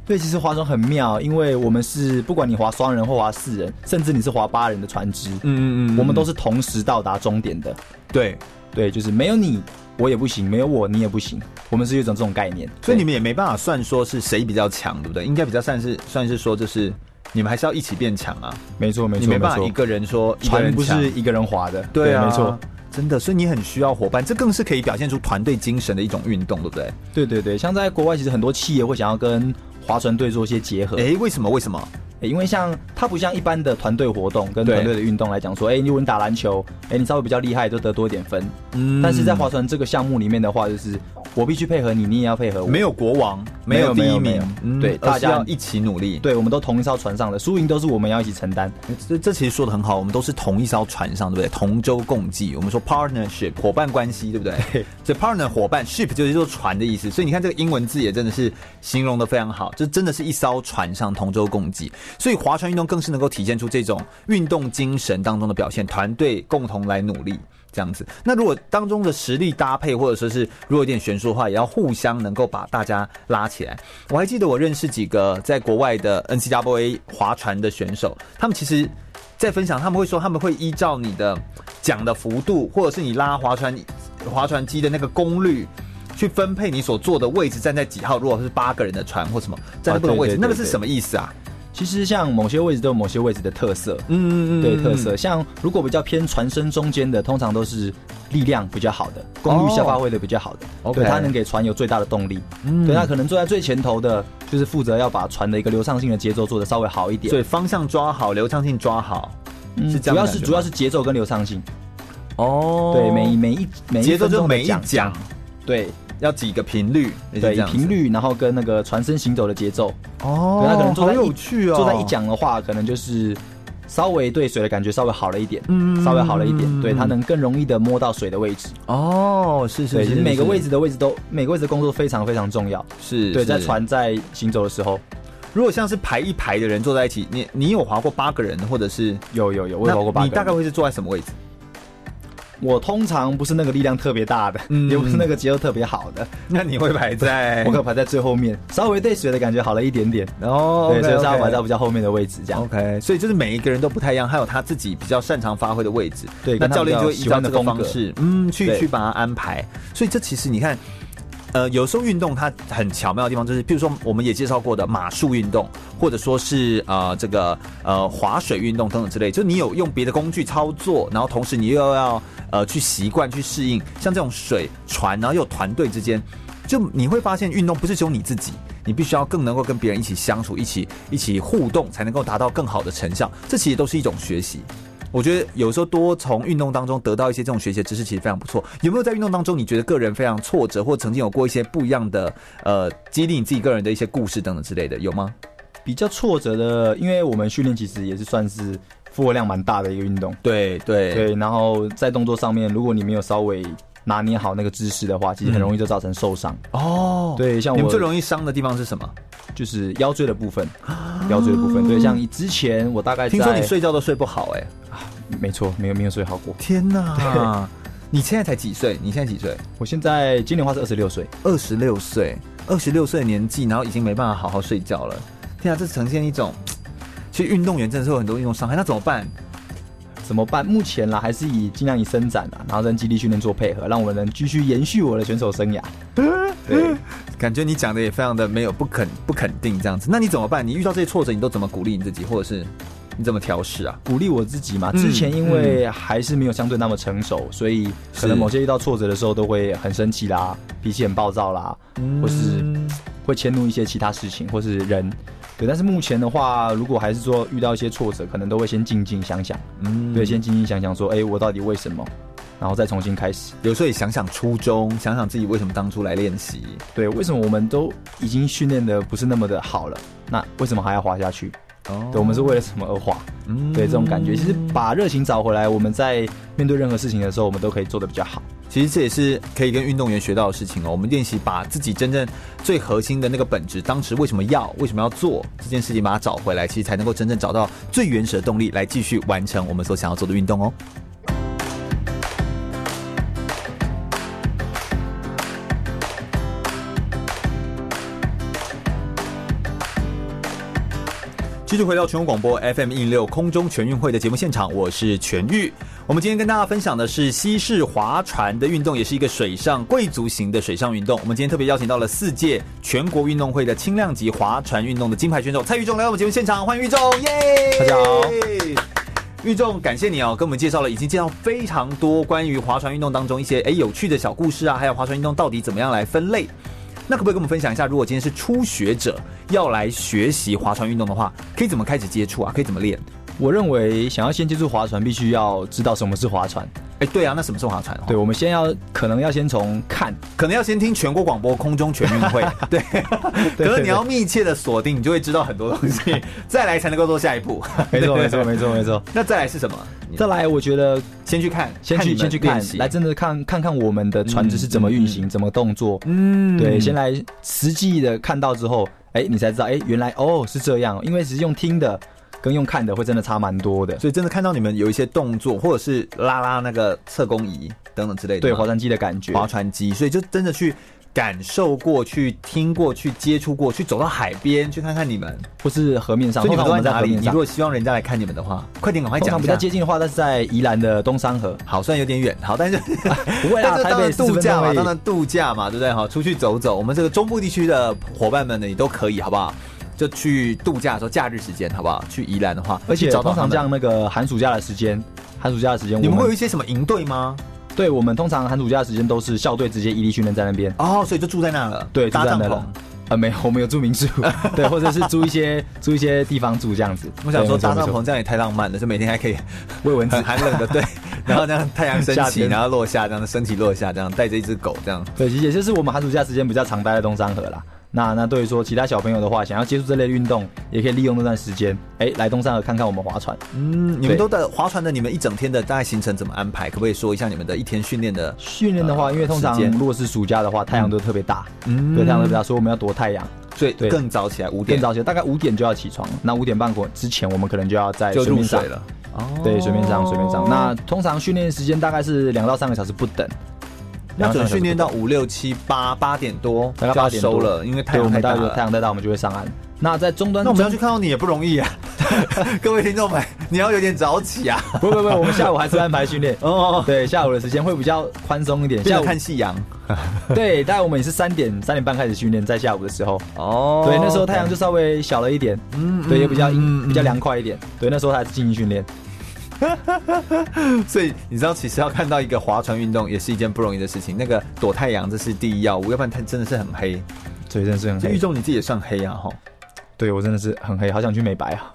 Speaker 2: 对，其实划船很妙，因为我们是不管你划双人或划四人，甚至你是划八人的船只，
Speaker 1: 嗯
Speaker 2: 我们都是同时到达终点的。
Speaker 1: 对，
Speaker 2: 对，就是没有你我也不行，没有我你也不行，我们是有一种这种概念。
Speaker 1: 所以你
Speaker 2: 们
Speaker 1: 们也没办法算说是谁比较强，对不对？应该比较算是算是说就是你们还是要一起变强啊，
Speaker 2: 没错没
Speaker 1: 你
Speaker 2: 错
Speaker 1: 没办法
Speaker 2: 错
Speaker 1: 一个人说一个
Speaker 2: 船
Speaker 1: 人
Speaker 2: 不
Speaker 1: 强
Speaker 2: 是一个人划的，
Speaker 1: 对啊，
Speaker 2: 没错，。
Speaker 1: 真的，所以你很需要伙伴，这更是可以表现出团队精神的一种运动，对不对？
Speaker 2: 对对对，像在国外其实很多企业会想要跟划船队做一些结合。
Speaker 1: 哎、为什么？为什么？
Speaker 2: 欸因为像它不像一般的团队活动跟
Speaker 1: 对
Speaker 2: 团队的运动来讲，说，哎、如果你打篮球，哎、你稍微比较厉害，就得多一点分。
Speaker 1: 嗯
Speaker 2: 但是在划船这个项目里面的话，就是我必须配合你，你也要配合我。
Speaker 1: 没有国王，没有第
Speaker 2: 没
Speaker 1: 一
Speaker 2: 有没有
Speaker 1: 名，
Speaker 2: 没有对
Speaker 1: 大
Speaker 2: 大
Speaker 1: 家
Speaker 2: 家
Speaker 1: 要一起努力。
Speaker 2: 对，我们都同一艘船上的，输赢都是我们要一起承担。
Speaker 1: 这这其实说的很好，我们都是同一艘船上，对不对？同舟共济，我们说 partnership 伙伴关系，对不对？所以 partner 伙伴 ship 就是说船的意思。所以你看这个英文字也真的是形容的非常好，这真的是一艘船上同舟共济。所以划船运动更是能够体现出这种运动精神当中的表现，团队共同来努力。这样子，那如果当中的实力搭配，或者说是如果有点悬殊的话，也要互相能够把大家拉起来。我还记得我认识几个在国外的 NCAA 划船的选手，他们其实在分享，他们会说他们会依照你的桨的幅度，或者是你拉划船划船机的那个功率。去分配你所坐的位置，站在几号？如果是八个人的船或什么，站在不同位置，
Speaker 2: 啊对对对
Speaker 1: 那个是什么意思啊？
Speaker 2: 其实像某些位置都有某些位置的特色，
Speaker 1: 嗯
Speaker 2: 对特色。像如果比较偏船身中间的，通常都是力量比较好的，功率
Speaker 1: 哦
Speaker 2: 下发挥的比较好的，
Speaker 1: OK 嗯
Speaker 2: 对它能给船有最大的动力。对，那可能坐在最前头的，就是负责要把船的一个流畅性的节奏做得稍微好一点。
Speaker 1: 所以方向抓好，流畅性抓好，
Speaker 2: 嗯
Speaker 1: 是这样的
Speaker 2: 主要
Speaker 1: 感
Speaker 2: 是
Speaker 1: 觉
Speaker 2: 主要
Speaker 1: 吗
Speaker 2: 是节奏跟流畅性，
Speaker 1: 哦
Speaker 2: 对每一每一每一
Speaker 1: 节奏就每
Speaker 2: 每
Speaker 1: 一讲，
Speaker 2: 对
Speaker 1: 要几个频率，类似
Speaker 2: 对
Speaker 1: 这样子
Speaker 2: 频率，然后跟那个船身行走的节奏，
Speaker 1: 哦
Speaker 2: 对，那可能坐在一
Speaker 1: 好有趣哦，
Speaker 2: 坐在一桨的话，可能就是稍微对水的感觉稍微好了一点，嗯，稍微好了一点，对它能更容易的摸到水的位置，
Speaker 1: 哦，是是
Speaker 2: 对，
Speaker 1: 是
Speaker 2: 其实
Speaker 1: 是
Speaker 2: 每个
Speaker 1: 是
Speaker 2: 位置的位置都每个位置的工作非常非常重要，
Speaker 1: 是
Speaker 2: 对，
Speaker 1: 是
Speaker 2: 在船在行走的时候，
Speaker 1: 如果像是排一排的人坐在一起，你你有划过八个人，或者是
Speaker 2: 有有有，我有玩过八
Speaker 1: 那
Speaker 2: 个
Speaker 1: 你
Speaker 2: 人，
Speaker 1: 大概会是坐在什么位置？ [laughs]
Speaker 2: 我通常不是那个力量特别大的，
Speaker 1: 嗯
Speaker 2: 也不是那个节奏特别好的，
Speaker 1: 那你会排在
Speaker 2: [laughs] 我可能排在最后面，稍微对水的感觉好了一点点，
Speaker 1: 哦，
Speaker 2: 对，所以是要排到
Speaker 1: 到
Speaker 2: 比较后面的位置这样。
Speaker 1: OK，所以就是每一个人都不太一样，还有他自己比较擅长发挥的位置。
Speaker 2: 对
Speaker 1: 那
Speaker 2: 跟他
Speaker 1: 教练
Speaker 2: 比较
Speaker 1: 就会依
Speaker 2: 喜
Speaker 1: 照
Speaker 2: 欢
Speaker 1: 这
Speaker 2: 的
Speaker 1: 个
Speaker 2: 风
Speaker 1: 方
Speaker 2: 格
Speaker 1: 式，嗯，去
Speaker 2: 对
Speaker 1: 去把它安排。所以这其实你看，呃，有时候运动它很巧妙的地方就是，譬如说我们也介绍过的马术运动，或者说是呃这个呃划水运动等等之类，就你有用别的工具操作，然后同时你又要呃去习惯去适应，像这种水船，然后又有团队之间，就你会发现运动不是只有你自己。你必须要更能够跟别人一起相处，一起一起互动，才能够达到更好的成效。这其实都是一种学习。我觉得有时候多从运动当中得到一些这种学习的知识，其实非常不错。有没有在运动当中你觉得个人非常挫折，或曾经有过一些不一样的呃激励你自己个人的一些故事等等之类的，有吗？
Speaker 2: 比较挫折的，因为我们训练其实也是算是负荷量蛮大的一个运动，
Speaker 1: 对对
Speaker 2: 对，然后在动作上面，如果你没有稍微拿捏好那个姿势的话，其实很容易就造成受伤，
Speaker 1: 哦，
Speaker 2: 对像我
Speaker 1: 你们最容易伤的地方是什么？
Speaker 2: 就是腰椎的部分，腰椎的部分，对，像之前我大概在
Speaker 1: 啊听说你睡觉都睡不好、哎，
Speaker 2: 没错，没有没有睡好过，
Speaker 1: 天哪！ [laughs] 你现在才几岁？你现在几岁？
Speaker 2: 我现在今年的话是二十六岁，
Speaker 1: 二十六岁，二十六岁的年纪，然后已经没办法好好睡觉了。天啊，这呈现一种，其实运动员真的是有很多运动伤害，那怎么办？
Speaker 2: 怎么办？目前啦，还是以尽量以伸展啦，然后跟肌力训练做配合，让我能继续延续我的选手生涯。对，
Speaker 1: 感觉你讲的也非常的没有不肯不肯定这样子，那你怎么办？你遇到这些挫折，你都怎么鼓励你自己，或者是你怎么调试啊？
Speaker 2: 鼓励我自己嘛。之前因为还是没有相对那么成熟，所以可
Speaker 1: 嗯是
Speaker 2: 能某些遇到挫折的时候都会很生气啦，脾气很暴躁啦，
Speaker 1: 嗯
Speaker 2: 或是会迁怒一些其他事情或是人。对，但是目前的话，如果还是说遇到一些挫折，可能都会先静静想想，
Speaker 1: 嗯，
Speaker 2: 对，先静静想想说，哎、我到底为什么，然后再重新开始。
Speaker 1: 有时候也想想初衷，想想自己为什么当初来练习。
Speaker 2: 对，为什么我们都已经训练的不是那么的好了，那为什么还要滑下去？
Speaker 1: 哦
Speaker 2: 对，我们是为了什么而滑？
Speaker 1: 嗯
Speaker 2: 对，这种感觉，其实把热情找回来，我们在面对任何事情的时候，我们都可以做的比较好。
Speaker 1: 其实这也是可以跟运动员学到的事情哦。我们练习把自己真正最核心的那个本质，当时为什么要、为什么要做这件事情，把它找回来，其实才能够真正找到最原始的动力，来继续完成我们所想要做的运动哦。继续回到全国广播 FM 一六空中全运会的节目现场，我是全玉。我们今天跟大家分享的是西式划船的运动，也是一个水上贵族型的水上运动。我们今天特别邀请到了四届全国运动会的轻量级划船运动的金牌选手蔡玉仲来到我们节目现场，欢迎玉仲，耶！
Speaker 2: 大家好
Speaker 1: 玉仲，感谢你哦，跟我们介绍了，已经介绍非常多关于划船运动当中一些诶有趣的小故事啊，还有划船运动到底怎么样来分类。那可不可以跟我们分享一下，如果今天是初学者要来学习划船运动的话，可以怎么开始接触啊？可以怎么练？
Speaker 2: 我认为想要先接触划船，必须要知道什么是划船。
Speaker 1: 哎，对啊，那什么是划船？
Speaker 2: 对，，我们先要可能要先从看，
Speaker 1: 可能要先听全国广播空中全运 [laughs] 会，对。可是你要密切的锁定，你就会知道很多东西，再来才能够做下一步。
Speaker 2: 没错
Speaker 1: 对
Speaker 2: 没错。没错没错。
Speaker 1: [laughs] 那再来是什么？你
Speaker 2: 再来，我觉得
Speaker 1: 先去看，
Speaker 2: 先
Speaker 1: 你
Speaker 2: 去
Speaker 1: 们
Speaker 2: 先去看
Speaker 1: 练，习
Speaker 2: 来真的看看看我们的船只是怎么运行，怎么动作。
Speaker 1: 嗯
Speaker 2: 对，先来实际的看到之后，哎、你才知道，哎、原来哦是这样，因为其实用听的跟用看的会真的差蛮多的。
Speaker 1: 所以真的看到你们有一些动作，或者是拉拉那个侧弓仪等等之类的吗，
Speaker 2: 对，划船机的感觉，
Speaker 1: 划船机，所以就真的去感受过去、听过去、接触过去，走到海边去看看你们。
Speaker 2: 或是河面上，
Speaker 1: 所以你们
Speaker 2: 通
Speaker 1: 都
Speaker 2: 常
Speaker 1: 在
Speaker 2: 我们在
Speaker 1: 哪
Speaker 2: 河
Speaker 1: 里？
Speaker 2: 面
Speaker 1: 你如
Speaker 2: 上。
Speaker 1: 果希望人家来看你们的话，快点赶快
Speaker 2: 通
Speaker 1: 讲
Speaker 2: 常
Speaker 1: 一
Speaker 2: 比
Speaker 1: 下
Speaker 2: 较。接近的话，那是在宜兰的东山河。
Speaker 1: 好，虽然有点远，好， [laughs] 但是
Speaker 2: 不会
Speaker 1: 但
Speaker 2: 啦，
Speaker 1: 是
Speaker 2: 台
Speaker 1: 当
Speaker 2: 北
Speaker 1: 然
Speaker 2: 40
Speaker 1: 度
Speaker 2: 分
Speaker 1: 假
Speaker 2: 钟
Speaker 1: 嘛，
Speaker 2: 而已
Speaker 1: 当然度假嘛，对不对？好，出去走走，我们这个中部地区的伙伴们呢，也都可以，好不好？就去度假的时候，假日时间，好不好？去宜兰的话，
Speaker 2: 而且
Speaker 1: 去找
Speaker 2: 通
Speaker 1: 到他
Speaker 2: 常
Speaker 1: 们嗯
Speaker 2: 这样，那个寒暑假的时间，寒暑假的时间，
Speaker 1: 你们
Speaker 2: 我
Speaker 1: 会有一些什么营队吗？
Speaker 2: 对我们通常寒暑假的时间都是校队直接一力训练在那边，
Speaker 1: 哦，所以就住在那了，
Speaker 2: 对，
Speaker 1: 搭
Speaker 2: 住在
Speaker 1: 帐
Speaker 2: 那
Speaker 1: 篷
Speaker 2: 了。。呃，没有，我们有住
Speaker 1: [laughs]
Speaker 2: 民宿，对，或者是租一些租一些地方住这样子。
Speaker 1: 我想说
Speaker 2: 对
Speaker 1: 搭帐，
Speaker 2: 没错
Speaker 1: 篷这样也太浪漫了，就每天还可以
Speaker 2: 没错喂蚊
Speaker 1: 很
Speaker 2: 子，
Speaker 1: 寒冷的， [laughs] 对。然后这样太阳升
Speaker 2: 夏
Speaker 1: 起，
Speaker 2: 天
Speaker 1: 然后落下，这样身体落下，这样带着一只狗，这样
Speaker 2: 对，其实也就是我们寒暑假时间比较常待在东山河啦。那那对于说其他小朋友的话，想要接触这类运动，也可以利用那段时间，哎、来东山河看看我们划船。
Speaker 1: 嗯，你们
Speaker 2: 对
Speaker 1: 都的划船的，你们一整天的大概行程怎么安排？可不可以说一下你们的一天训练的？
Speaker 2: 训练的话，
Speaker 1: 呃
Speaker 2: 因为通常
Speaker 1: 时间
Speaker 2: 如果是暑假的话，太阳都特别大，
Speaker 1: 嗯
Speaker 2: 对，太阳特别大，所以我们要躲太阳。
Speaker 1: 最
Speaker 2: 对
Speaker 1: 更早起来五
Speaker 2: 更
Speaker 1: 点
Speaker 2: 早起来，大概五点就要起床，那五点半过之前，我们可能就要在
Speaker 1: 就
Speaker 2: 水
Speaker 1: 入
Speaker 2: 面
Speaker 1: 水
Speaker 2: 上。
Speaker 1: 了。哦
Speaker 2: 对，水面上，水面上。那通常训练时间大概是两到三个小时不等，
Speaker 1: 那
Speaker 2: 两
Speaker 1: 准
Speaker 2: 三个小时
Speaker 1: 训练
Speaker 2: 不等
Speaker 1: 到五六七八八点多，
Speaker 2: 大概
Speaker 1: 就要
Speaker 2: 八点
Speaker 1: 收
Speaker 2: 多
Speaker 1: 了，因为太
Speaker 2: 对我
Speaker 1: 阳太
Speaker 2: 们
Speaker 1: 大
Speaker 2: 大概就太
Speaker 1: 了。
Speaker 2: 阳太大，我们就会上岸。那在终端，
Speaker 1: 那我们要去看到你也不容易啊！ [laughs] 各位听众们，你要有点早起啊！
Speaker 2: [laughs] 不不不，我们下午还是安排训练。
Speaker 1: [laughs] 哦，
Speaker 2: 对，下午的时间会比较宽松一点。
Speaker 1: 下
Speaker 2: 下
Speaker 1: 午
Speaker 2: 午
Speaker 1: 看夕阳
Speaker 2: 对，大概我们也是三点三点半开始训练，在下午的时候。
Speaker 1: 哦
Speaker 2: 对，那时候太阳就稍微小了一点，嗯，对，也比较
Speaker 1: 嗯嗯
Speaker 2: 阴，比较凉快一点。对，那时候还是进行训练。
Speaker 1: 所以你知道，其实要看到一个划船运动也是一件不容易的事情。那个躲太阳这是第一要务，要不然它真的是很黑。
Speaker 2: 所以真的是很
Speaker 1: 这玉
Speaker 2: 黑，
Speaker 1: 中你自己也算黑啊，吼，
Speaker 2: 对我真的是很黑，好想去美白啊。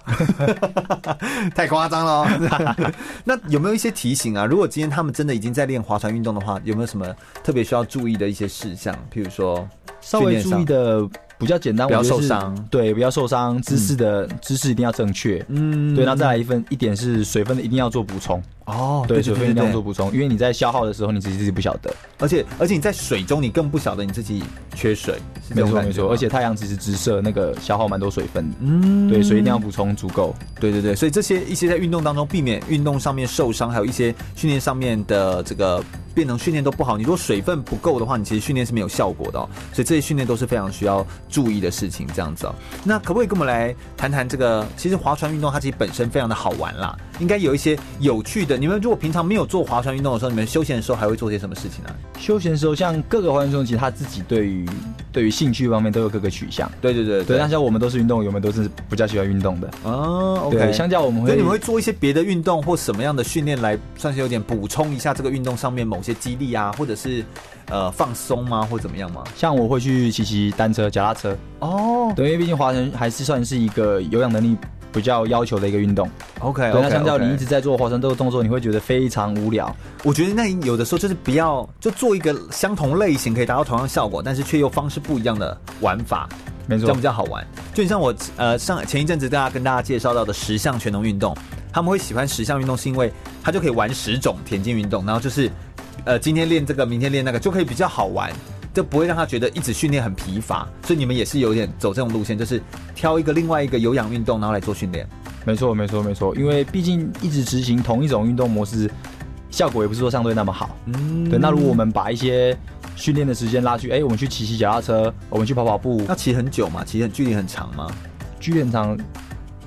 Speaker 1: [laughs] 太夸张了哦。那有没有一些提醒啊？如果今天他们真的已经在练划船运动的话，有没有什么特别需要注意的一些事项？譬如说，
Speaker 2: [laughs] 稍微注意的比较简单，
Speaker 1: 不要
Speaker 2: 我觉得
Speaker 1: 受
Speaker 2: 是
Speaker 1: 伤
Speaker 2: 对，不要受伤，嗯姿势的、姿势一定要正确，
Speaker 1: 嗯
Speaker 2: 对，然后再来一份一点是水分一定要做补充，
Speaker 1: 哦，
Speaker 2: 对，水分一定要做补充，因为你在消耗的时候你自己自己不晓得，
Speaker 1: 而且而且你在水中，你更不晓得你自己缺水，是这
Speaker 2: 没
Speaker 1: 种
Speaker 2: 错
Speaker 1: 感
Speaker 2: 没
Speaker 1: 觉
Speaker 2: 错，
Speaker 1: 吗。
Speaker 2: 而且太阳其实直射那个消耗蛮多水分的，
Speaker 1: 嗯
Speaker 2: 对，所以一定要补充足够，
Speaker 1: 对对对，所以这些一些在运动当中避免运动上面受伤，还有一些训练上面的这个变成训练都不好。你如果水分不够的话，你其实训练是没有效果的哦。所以这些训练都是非常需要注意的事情，这样子哦。那可不可以跟我们来谈谈这个？其实划船运动它其实本身非常的好玩啦，应该有一些有趣的。你们如果平常没有做划船运动的时候，你们休闲的时候还会做些什么事情呢、啊
Speaker 2: 休闲的时候，像各个环境其实他自己对于对于兴趣方面都有各个取向。
Speaker 1: 对对对
Speaker 2: 对，但像我们都是运动员，我们都是比较喜欢运动的。
Speaker 1: 哦，OK，
Speaker 2: 对，相较我们
Speaker 1: 所
Speaker 2: 会，
Speaker 1: 以你们会做一些别的运动或什么样的训练来，算是有点补充一下这个运动上面某些激励啊，或者是呃放松吗，或怎么样吗？
Speaker 2: 像我会去骑骑单车、脚踏车，
Speaker 1: 哦
Speaker 2: 对，因为毕竟划船还是算是一个有氧能力比较要求的一个运动。
Speaker 1: ，OK，
Speaker 2: 对，那相较你一直在做划船这个动作，你会觉得非常无聊。
Speaker 1: 我觉得那有的时候就是不要就做一个相同类型可以达到同样效果，但是却又方式不一样的玩法，
Speaker 2: 没
Speaker 1: 这样
Speaker 2: 错
Speaker 1: 比，较好玩。就你像我呃上前一阵子大家跟大家介绍到的十项全能运动，他们会喜欢十项运动是因为他就可以玩十种田径运动，然后就是呃今天练这个，明天练那个，就可以比较好玩。就不会让他觉得一直训练很疲乏，所以你们也是有点走这种路线，就是挑一个另外一个有氧运动，然后来做训练。
Speaker 2: 没错，没错，没错。因为毕竟一直执行同一种运动模式，效果也不是说相对那么好。
Speaker 1: 嗯
Speaker 2: 对，那如果我们把一些训练的时间拉去，哎，我们去骑骑脚踏车，我们去跑跑步，
Speaker 1: 要骑很久嘛，骑很距离很长吗？
Speaker 2: 剧院场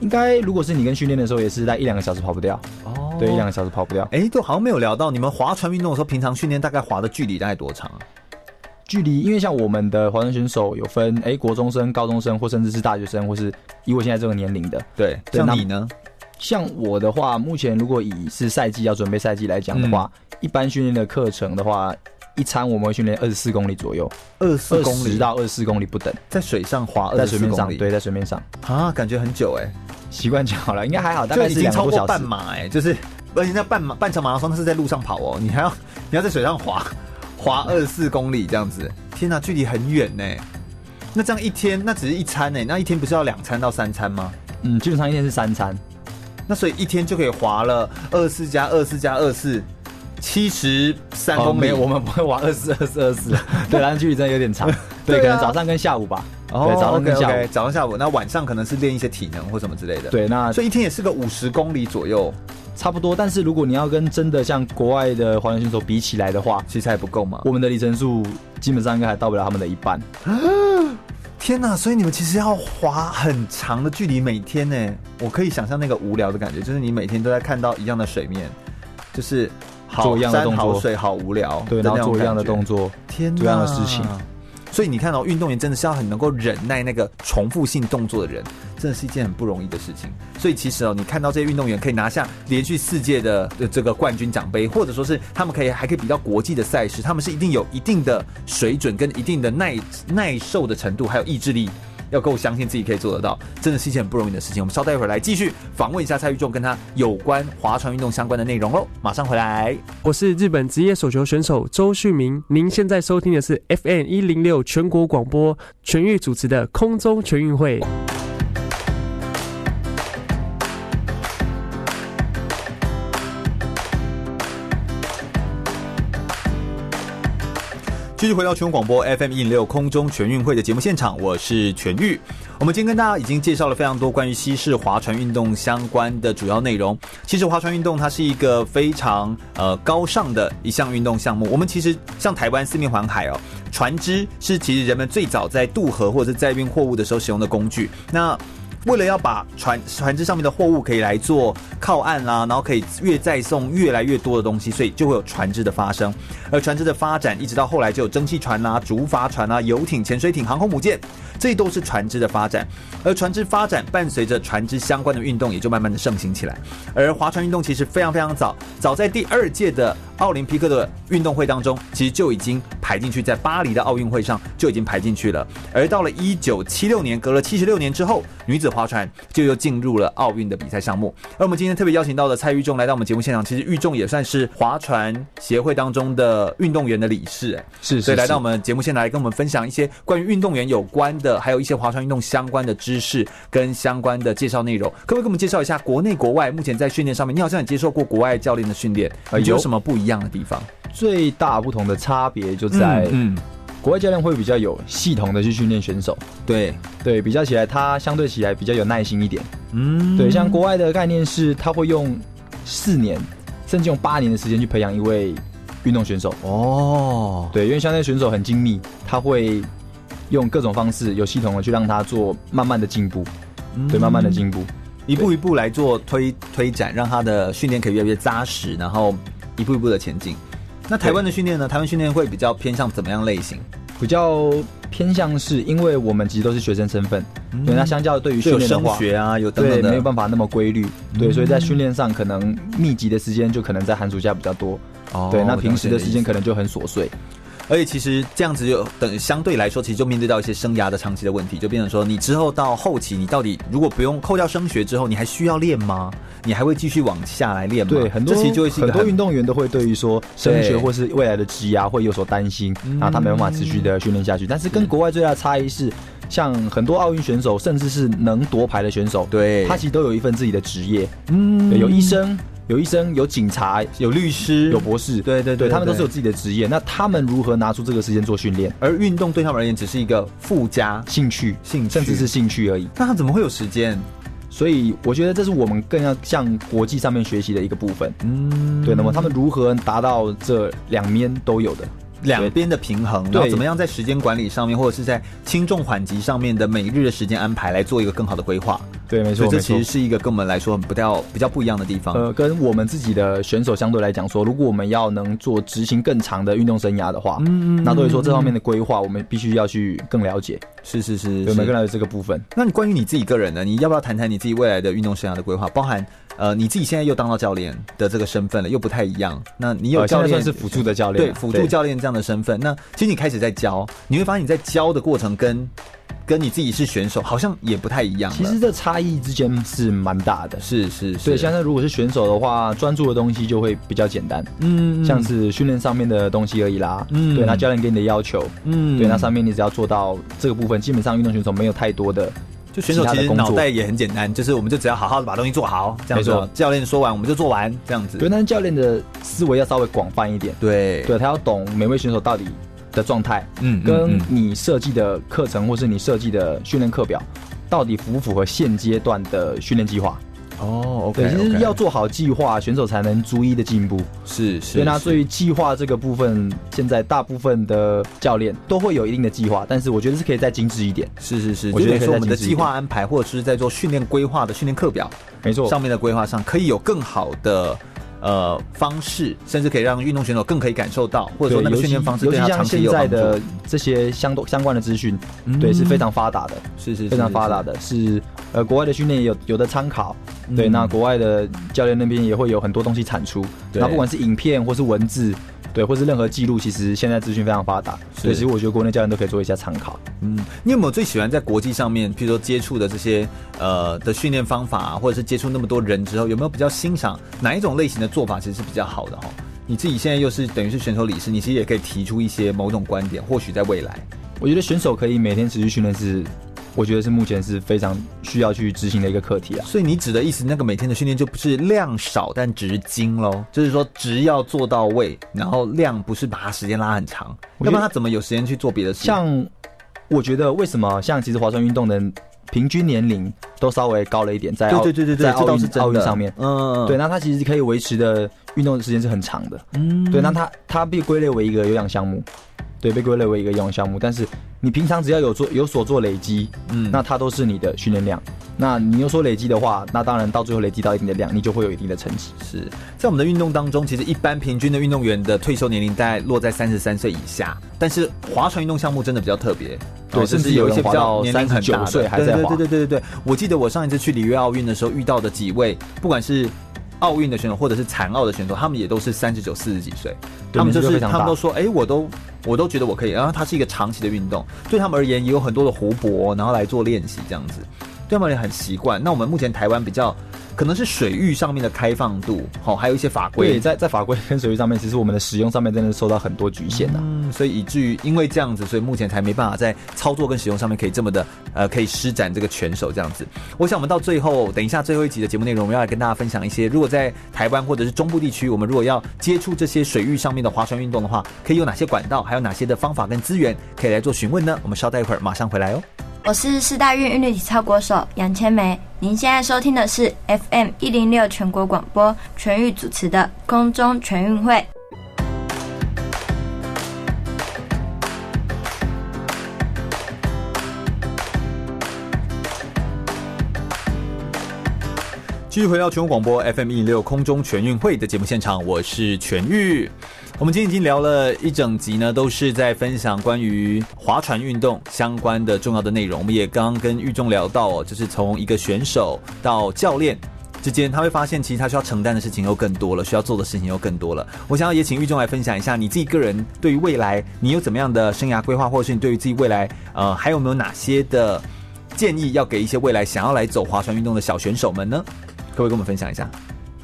Speaker 2: 应该如果是你跟训练的时候，也是在一两个小时跑不掉。
Speaker 1: 哦
Speaker 2: 对，一两个小时跑不掉。
Speaker 1: 哎，都好像没有聊到你们划船运动的时候，平常训练大概划的距离大概多长啊？
Speaker 2: 距离，因为像我们的华人选手有分哎、诶国中生、高中生，或甚至是大学生，或是以我现在这个年龄的。
Speaker 1: 对，
Speaker 2: 对
Speaker 1: 像
Speaker 2: 那
Speaker 1: 你呢？
Speaker 2: 像我的话，目前如果以是赛季要准备赛季来讲的话，
Speaker 1: 嗯
Speaker 2: 一般训练的课程的话，一餐我们会训练二十四公里左右，
Speaker 1: 二十
Speaker 2: 二
Speaker 1: 公里
Speaker 2: 十到二十四公里不等，
Speaker 1: 在水上划，
Speaker 2: 在水面上，
Speaker 1: 公里，
Speaker 2: 对，在水面上，
Speaker 1: 啊，感觉很久哎、
Speaker 2: 习惯就好了，应该还好，大
Speaker 1: 就
Speaker 2: 概
Speaker 1: 已
Speaker 2: 是
Speaker 1: 经
Speaker 2: 两个
Speaker 1: 超
Speaker 2: 多
Speaker 1: 过
Speaker 2: 小
Speaker 1: 半
Speaker 2: 时。
Speaker 1: 马哎、就是而且那半马半程马拉松它是在路上跑哦，你还要你要在水上滑滑二十四公里这样子，天哪、距离很远呢、那这样一天，那只是一餐呢、那一天不是要两餐到三餐吗？
Speaker 2: 嗯，基本上一天是三餐，
Speaker 1: 那所以一天就可以滑了二四加二四加二四，七十三
Speaker 2: 哦
Speaker 1: 公里。
Speaker 2: 没有，我们不会玩二十二十
Speaker 1: [laughs]
Speaker 2: 二十，对，但是距离真的有点长，
Speaker 1: 对
Speaker 2: 对，
Speaker 1: 啊
Speaker 2: 可能早上跟下午吧，对，早上
Speaker 1: OK
Speaker 2: 跟下
Speaker 1: OK，
Speaker 2: 午，
Speaker 1: 哦早上下午，那晚上可能是练一些体能或什么之类的。，
Speaker 2: 对，那
Speaker 1: 所以一天也是个五十公里左右，
Speaker 2: 差不多。但是如果你要跟真的像国外的华人选手比起来的话，
Speaker 1: 其实还不够嘛。
Speaker 2: 我们的里程数基本上应该还到不了他们的一半。
Speaker 1: 天呐！所以你们其实要滑很长的距离，每天呢，我可以想象那个无聊的感觉，就是你每天都在看到一样的水面，就是好
Speaker 2: 做一样的
Speaker 1: 山
Speaker 2: 动作
Speaker 1: 好水好无聊，
Speaker 2: 对，然后做一样的动
Speaker 1: 作，
Speaker 2: 作，
Speaker 1: 天呐
Speaker 2: 做一样的事情。
Speaker 1: 啊所以你看哦，运动员真的是要很能够忍耐那个重复性动作的人，真的是一件很不容易的事情。所以其实哦，你看到这些运动员可以拿下连续四届的呃这个冠军奖杯，或者说是他们可以还可以比较国际的赛事，他们是一定有一定的水准跟一定的耐耐受的程度，还有意志力。要够相信自己可以做得到，真的是一件很不容易的事情。我们稍待一会儿来继续访问一下蔡玉仲跟他有关划船运动相关的内容喽，马上回来。
Speaker 5: 我是日本职业手球选手周旭明，您现在收听的是 FM 一零六全国广播全域主持的空中全运会。
Speaker 1: 继续回到全国广播 FM 一零六空中全运会的节目现场，我是全玉。我们今天跟大家已经介绍了非常多关于西式划船运动相关的主要内容。其实划船运动它是一个非常呃高尚的一项运动项目。我们其实像台湾四面环海哦，船只是其实人们最早在渡河或者是载运货物的时候使用的工具。那为了要把船船只上面的货物可以来做靠岸啦、然后可以越载送越来越多的东西，所以就会有船只的发生。而船只的发展，一直到后来就有蒸汽船啦、竹筏船啦、游艇、潜水艇、航空母舰，这都是船只的发展。而船只发展伴随着船只相关的运动也就慢慢的盛行起来。而划船运动其实非常非常早，早在第二届的奥林匹克的运动会当中，其实就已经排进去，在巴黎的奥运会上就已经排进去了。而到了一九七六年，隔了七十六年之后，女子划船就又进入了奥运的比赛项目。而我们今天特别邀请到的蔡玉仲来到我们节目现场，其实玉仲也算是划船协会当中的运动员的理事、哎，
Speaker 2: 是是
Speaker 1: 所以来
Speaker 2: 是
Speaker 1: 到我们节目现场来跟我们分享一些关于运动员有关的，还有一些划船运动相关的知识跟相关的介绍内容。可不可以给我们介绍一下国内国外目前在训练上面？你好像也接受过国外教练的训练，
Speaker 2: 呃
Speaker 1: 你觉得有
Speaker 2: 有
Speaker 1: 什么不一样的地方？
Speaker 2: 最大不同的差别就在
Speaker 1: 嗯，
Speaker 2: 国外教练会比较有系统的去训练选手，
Speaker 1: 对，
Speaker 2: 对比较起来，他相对起来比较有耐心一点。
Speaker 1: 嗯
Speaker 2: 对，像国外的概念是，他会用四年，甚至用八年的时间去培养一位运动选手。
Speaker 1: 哦，
Speaker 2: 对，因为相对选手很精密，他会用各种方式有系统的去让他做慢慢的进步，对，慢慢的进步。
Speaker 1: 嗯一步一步来做推推展，让他的训练可以越来越扎实，然后一步一步的前进。那台湾的训练呢？台湾训练会比较偏向怎么样类型？
Speaker 2: 比较偏向是因为我们其实都是学生身份，对，那相较对于
Speaker 1: 嗯就
Speaker 2: 嗯训
Speaker 1: 有
Speaker 2: 练的
Speaker 1: 升
Speaker 2: 话，
Speaker 1: 学啊，有等
Speaker 2: 对
Speaker 1: 等的，嗯
Speaker 2: 没有办法那么规律，对，所以在训练上可能密集的时间就可能在寒暑假比较多，
Speaker 1: 哦
Speaker 2: 对，那
Speaker 1: 我了
Speaker 2: 平时
Speaker 1: 解
Speaker 2: 的
Speaker 1: 你
Speaker 2: 时间
Speaker 1: 意思
Speaker 2: 可能就很琐碎。
Speaker 1: 而且其实这样子就等相对来说，其实就面对到一些生涯的长期的问题，就变成说，你之后到后期，你到底如果不用扣掉升学之后，你还需要练吗？你还会继续往下来练吗？
Speaker 2: 对，很
Speaker 1: 嗯
Speaker 2: 多
Speaker 1: 这其实就会是一
Speaker 2: 很
Speaker 1: 个
Speaker 2: 多运动员都会对于说升
Speaker 1: 对嗯
Speaker 2: 学或是未来的职涯会有所担心，然后他没办法持续的训练下去。但是跟国外最大的差异是，像很多奥运选手，甚至是能夺牌的选手，
Speaker 1: 对
Speaker 2: 他其实都有一份自己的职业，嗯，有医生，有医生，有警察，
Speaker 1: 有律师，
Speaker 2: 有博士，
Speaker 1: 对对对
Speaker 2: 对，他们
Speaker 1: 对
Speaker 2: 都是有自己的职业。那他们如何拿出这个时间做训练、
Speaker 1: 而运动对他们而言只是一个附加。
Speaker 2: 兴趣、
Speaker 1: 兴趣
Speaker 2: 甚至是兴趣而已？
Speaker 1: 那他怎么会有时间？
Speaker 2: 所以我觉得这是我们更要向国际上面学习的一个部分。嗯，对，那么他们如何达到这两面都有的？
Speaker 1: 两边的平衡，然后
Speaker 2: 对
Speaker 1: 怎么样在时间管理上面，或者是在轻重缓急上面的每日的时间安排来做一个更好的规划。
Speaker 2: 对，没
Speaker 1: 所以
Speaker 2: 错，
Speaker 1: 这
Speaker 2: 没
Speaker 1: 其
Speaker 2: 错
Speaker 1: 实。是一个跟我们来说很不掉比较不一样的地方。
Speaker 2: 呃，跟我们自己的选手相对来讲说，如果我们要能做执行更长的运动生涯的话，嗯，那所以说这方面的规划，我们必须要去更了解，
Speaker 1: 是是是，
Speaker 2: 对，我
Speaker 1: 是
Speaker 2: 们更了解这个部分。
Speaker 1: 那你关于你自己个人呢？你要不要谈谈你自己未来的运动生涯的规划？包含呃，你自己现在又当到教练的这个身份了，又不太一样。那你有
Speaker 2: 呃现
Speaker 1: 教
Speaker 2: 在
Speaker 1: 练、
Speaker 2: 算是辅助的教练
Speaker 1: 对
Speaker 2: 啊，
Speaker 1: 辅助教练这样的身份。那其实你开始在教，你会发现你在教的过程跟跟你自己是选手好像也不太一样了。
Speaker 2: 其实这差异之间是蛮大的。
Speaker 1: 是是
Speaker 2: 所
Speaker 1: 是，
Speaker 2: 以，像是如果是选手的话，专注的东西就会比较简单，
Speaker 1: 嗯
Speaker 2: 像是训练上面的东西而已啦。
Speaker 1: 嗯
Speaker 2: 对，那教练给你的要求，
Speaker 1: 嗯
Speaker 2: 对，那上面你只要做到这个部分，基本上运动选手没有太多的
Speaker 1: 就选手其
Speaker 2: 其
Speaker 1: 实
Speaker 2: 他的工
Speaker 1: 脑
Speaker 2: 作
Speaker 1: 袋也很简单，就是我们就只要好好的把东西做好，这样子
Speaker 2: 没错。
Speaker 1: 教练说完我们就做完，这样子。
Speaker 2: 对，但是教练的思维要稍微广泛一点，
Speaker 1: 对
Speaker 2: 对他要懂每位选手到底的状态，
Speaker 1: 嗯嗯
Speaker 2: 跟
Speaker 1: 嗯
Speaker 2: 你设计的课程或是你设计的训练课表，到底符不符合现阶段的训练计划？
Speaker 1: 哦，OK，
Speaker 2: 对，其实要做好计划，选手才能逐一的进步。
Speaker 1: 是是，
Speaker 2: 所以呢，
Speaker 1: 所
Speaker 2: 对于计划这个部分，现在大部分的教练都会有一定的计划，但是我觉得是可以再精致一点。
Speaker 1: 是是是，
Speaker 2: 我
Speaker 1: 就等于
Speaker 2: 觉得可以
Speaker 1: 说我
Speaker 2: 再
Speaker 1: 们的
Speaker 2: 精致一
Speaker 1: 计划安排，或者是在做训练规划的训练课表
Speaker 2: 没错，
Speaker 1: 上面的规划上，可以有更好的呃方式，甚至可以让运动选手更可以感受到，或者
Speaker 2: 对
Speaker 1: 说那个
Speaker 2: 尤
Speaker 1: 训
Speaker 2: 其
Speaker 1: 练方式
Speaker 2: 尤
Speaker 1: 对
Speaker 2: 其
Speaker 1: 他
Speaker 2: 像
Speaker 1: 长期
Speaker 2: 现
Speaker 1: 有
Speaker 2: 在
Speaker 1: 帮助。
Speaker 2: 的这些相都相关的资讯，对，嗯是非常发达的，
Speaker 1: 是是是
Speaker 2: 非常发达
Speaker 1: 是
Speaker 2: 的，是呃，国外的训练也有有的参考，对，
Speaker 1: 嗯
Speaker 2: 那国外的教练那边也会有很多东西产出，
Speaker 1: 对
Speaker 2: 那不管是影片或是文字。对，或是任何记录，其实现在资讯非常发达，所以其实我觉得国内教练都可以做一下参考。
Speaker 1: 嗯，你有没有最喜欢在国际上面，譬如说接触的这些呃的训练方法、或者是接触那么多人之后，有没有比较欣赏哪一种类型的做法其实是比较好的哈？你自己现在又是等于是选手理事，你其实也可以提出一些某种观点，或许在未来。
Speaker 2: 我觉得选手可以每天持续训练是，我觉得是目前是非常需要去执行的一个课题啊。
Speaker 1: 所以你指的意思，那个每天的训练就不是量少但值精喽，就是说值要做到位，然后量不是把它时间拉很长，
Speaker 2: 我
Speaker 1: 要不
Speaker 2: 觉得
Speaker 1: 然他怎么有时间去做别的事？
Speaker 2: 像我觉得为什么像其实划船运动的平均年龄都稍微高了一点，在
Speaker 1: 对
Speaker 2: 奥
Speaker 1: 对对对对，
Speaker 2: 在
Speaker 1: 这
Speaker 2: 奥
Speaker 1: 倒是
Speaker 2: 运
Speaker 1: 真
Speaker 2: 奥运
Speaker 1: 的
Speaker 2: 上面，
Speaker 1: 嗯，
Speaker 2: 对，，那它其实可以维持的运动的时间是很长的，嗯，对，那它它被归类为一个有氧项目，对，被归类为一个游泳项目。但是你平常只要有做有所做累积，
Speaker 1: 嗯
Speaker 2: 嗯，那它都是你的训练量。那你有所累积的话，那当然到最后累积到一定的量，你就会有一定的成绩。
Speaker 1: 是在我们的运动当中，其实一般平均的运动员的退休年龄大概落在三十三岁以下，但是划船运动项目真的比较特别，
Speaker 2: 对
Speaker 1: 哦
Speaker 2: 甚
Speaker 1: 就
Speaker 2: 至
Speaker 1: 是有
Speaker 2: 有
Speaker 1: 一
Speaker 2: 人
Speaker 1: 些比
Speaker 2: 划
Speaker 1: 较
Speaker 2: 到
Speaker 1: 年龄很大的
Speaker 2: 39岁还在
Speaker 1: 对
Speaker 2: 划
Speaker 1: 对对对对对，我记得我上一次去里约奥运的时候遇到的几位，不管是。奥运的选手或者是残奥的选手，他们也都是三十九、四十几岁，
Speaker 2: 对
Speaker 1: 他们就
Speaker 2: 年
Speaker 1: 是
Speaker 2: 纪都非常
Speaker 1: 他们
Speaker 2: 大
Speaker 1: 都说，哎、我都我都觉得我可以。然后它是一个长期的运动，对他们而言也有很多的湖泊，然后来做练习这样子。对他们也很习惯。那我们目前台湾比较可能是水域上面的开放度，好、还有一些法
Speaker 2: 对，
Speaker 1: 规，
Speaker 2: 在在法规跟水域上面，其实我们的使用上面真的受到很多局限啊。
Speaker 1: 嗯，所以以至于因为这样子，所以目前才没办法在操作跟使用上面可以这么的呃，可以施展这个拳手这样子。我想我们到最后，等一下最后一集的节目内容，我们要来跟大家分享一些，如果在台湾或者是中部地区，我们如果要接触这些水域上面的划船运动的话，可以有哪些管道，还有哪些的方法跟资源可以来做询问呢？我们稍待一会儿，马上回来哦。
Speaker 6: 我是四大运韵律体操国手杨千梅。您现在收听的是 FM 一零六全国广播全域主持的空中全运会。
Speaker 1: 继续回到全国广播 FM 一零六空中全运会的节目现场，我是全玉。我们今天已经聊了一整集呢，都是在分享关于划船运动相关的重要的内容。我们也刚刚跟玉仲聊到哦，就是从一个选手到教练。之间，他会发现其实他需要承担的事情又更多了，需要做的事情又更多了。我想要也请玉仲来分享一下你自己个人对于未来，你有怎么样的生涯规划，或者是你对于自己未来，呃，还有没有哪些的建议要给一些未来想要来走划船运动的小选手们呢？各位跟我们分享一下。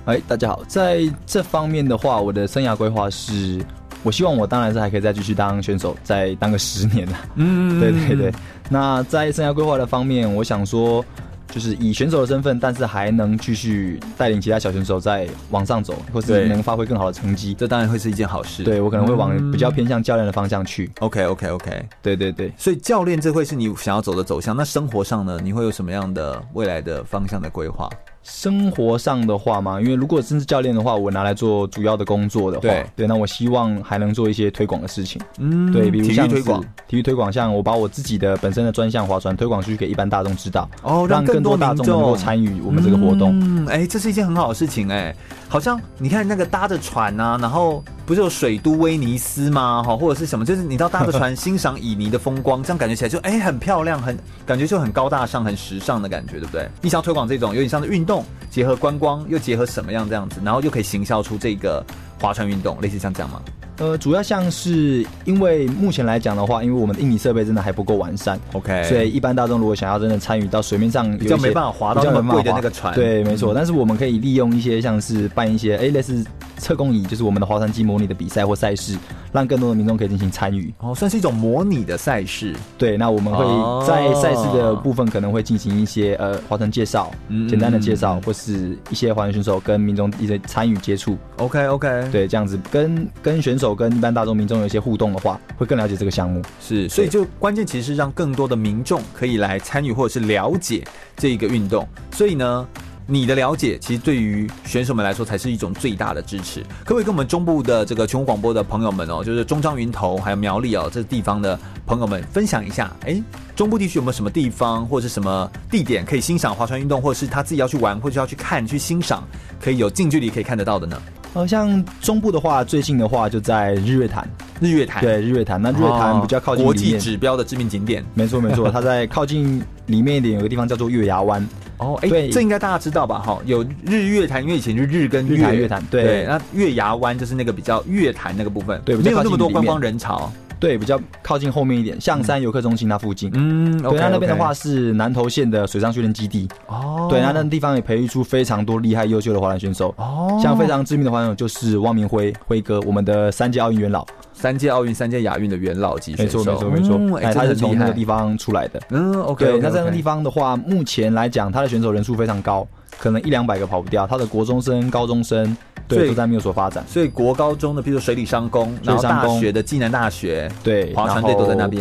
Speaker 2: 哎，大家好，在这方面的话，我的生涯规划是，我希望我当然是还可以再继续当选手，再当个十年啦。
Speaker 1: 嗯
Speaker 2: 对对对。那在生涯规划的方面，我想说，就是以选手的身份，但是还能继续带领其他小选手在往上走，或
Speaker 1: 对
Speaker 2: 是能发挥更好的成绩。
Speaker 1: 这当然会是一嗯件好事。
Speaker 2: 对我可能会往比较偏向教练的方向去。
Speaker 1: ，OK OK OK。
Speaker 2: 对对对。
Speaker 1: 所以教练这会是你想要走的走向。那生活上呢，你会有什么样的未来的方向的规划？
Speaker 2: 生活上的话嘛，因为如果真是教练的话，我拿来做主要的工作的话，
Speaker 1: 对
Speaker 2: 那我希望还能做一些推广的事情。
Speaker 1: 嗯
Speaker 2: 对，比如
Speaker 1: 体育
Speaker 2: 像是
Speaker 1: 推广，
Speaker 2: 体育推广，像我把我自己的本身的专项划船推广出去给一般大众知道，
Speaker 1: 哦让
Speaker 2: 让
Speaker 1: 更
Speaker 2: 更
Speaker 1: 多
Speaker 2: 多大
Speaker 1: 民
Speaker 2: 众能够
Speaker 1: 众
Speaker 2: 参与我们这个活动。
Speaker 1: 嗯，哎、这是一件很好的事情哎、好像你看那个搭着船啊，然后不是有水都威尼斯吗？哈，或者是什么，就是你到搭着船欣赏旖旎的风光，这样感觉起来就哎、很漂亮，很感觉就很高大上、很时尚的感觉，对不对？你想要推广这种有点像是运动结合观光，又结合什么样这样子，然后又可以行销出这个划船运动，类似像这样吗？
Speaker 2: 呃，主要像是因为目前来讲的话，因为我们的印尼设备真的还不够完善
Speaker 1: OK
Speaker 2: 所以一般大众如果想要真的参与到水面上有一些，
Speaker 1: 哎比较没办法划到
Speaker 2: 比较
Speaker 1: 那么
Speaker 2: 没办法
Speaker 1: 贵的
Speaker 2: 划
Speaker 1: 那个船嗯
Speaker 2: 对，没错。但是我们可以利用一些像是办一些哎、类似测功仪，就是我们的划船机模拟的比赛或赛事，让更多的民众可以进行参与。
Speaker 1: 哦，算是一种模拟的赛事，
Speaker 2: 对，那我们
Speaker 1: 哦
Speaker 2: 会在赛事的部分可能会进行一些呃划船介绍
Speaker 1: 嗯，
Speaker 2: 简单的介绍，或是一些划船选手跟民众一些参与接触，
Speaker 1: OK OK，，
Speaker 2: 对，这样子跟跟选手跟一般大众民众有一些互动的话，会更了解这个项目。
Speaker 1: 是，所以就关键其实是让更多的民众可以来参与或者是了解这一个运动，所以呢。你的了解，其实对于选手们来说才是一种最大的支持。可不可以跟我们中部的这个全国广播的朋友们哦，就是中彰云头还有苗栗哦这地方的朋友们分享一下？哎，中部地区有没有什么地方或者是什么地点可以欣赏划船运动，或者是他自己要去玩或者要去看去欣赏，可以有近距离可以看得到的呢？
Speaker 2: 好哦像中部的话，最近的话就在日月潭，哦
Speaker 1: 日月潭，
Speaker 2: 对，日月潭，那日月潭比较靠近
Speaker 1: 哦国
Speaker 2: 里
Speaker 1: 际
Speaker 2: 面
Speaker 1: 指标的知名景点。
Speaker 2: 没错没
Speaker 1: [laughs]
Speaker 2: 错，它在靠近里面一点有个地方叫做月牙湾，
Speaker 1: 哦，哎、
Speaker 2: 对
Speaker 1: 这应该大家知道吧？哈，有日月潭，因为以前是日跟月
Speaker 2: 日潭月潭对
Speaker 1: 那月牙湾就是那个比较月潭那个部分，
Speaker 2: 对比
Speaker 1: 没
Speaker 2: 较
Speaker 1: 有那么多
Speaker 2: 靠近里面
Speaker 1: 观光人潮。
Speaker 2: 对，比较靠近后面一点，象山游客中心那附近。
Speaker 1: 嗯
Speaker 2: 对，那那边的话，是南投县的水上训练基地。
Speaker 1: 哦，
Speaker 2: 对，那那地方也培育出非常多厉害优秀的滑板选手，
Speaker 1: 哦，
Speaker 2: 像非常知名的滑手就是汪明辉辉哥，我们的三届奥运元老，
Speaker 1: 三届奥运、三届亚运的元老级
Speaker 2: 没
Speaker 1: 选手，
Speaker 2: 错没错没错
Speaker 1: 嗯，哎、
Speaker 2: 哎，他是
Speaker 1: 真的很
Speaker 2: 从
Speaker 1: 厉
Speaker 2: 那
Speaker 1: 害
Speaker 2: 个地方出来的。
Speaker 1: 嗯，OK，,
Speaker 2: 对，那在那个地
Speaker 1: 方，
Speaker 2: 方的话，目前来讲，他的选手人数非常高，可能一两百个跑不掉，他的国中生、高中生，
Speaker 1: 所以
Speaker 2: 对，都在没有所发展。
Speaker 1: 所以国高中的，譬如说水里商工，然后
Speaker 2: 水里
Speaker 1: 大
Speaker 2: 商工
Speaker 1: 学的暨南大学，
Speaker 2: 对，
Speaker 1: 划船
Speaker 2: 然
Speaker 1: 队
Speaker 2: 后
Speaker 1: 都在那。边。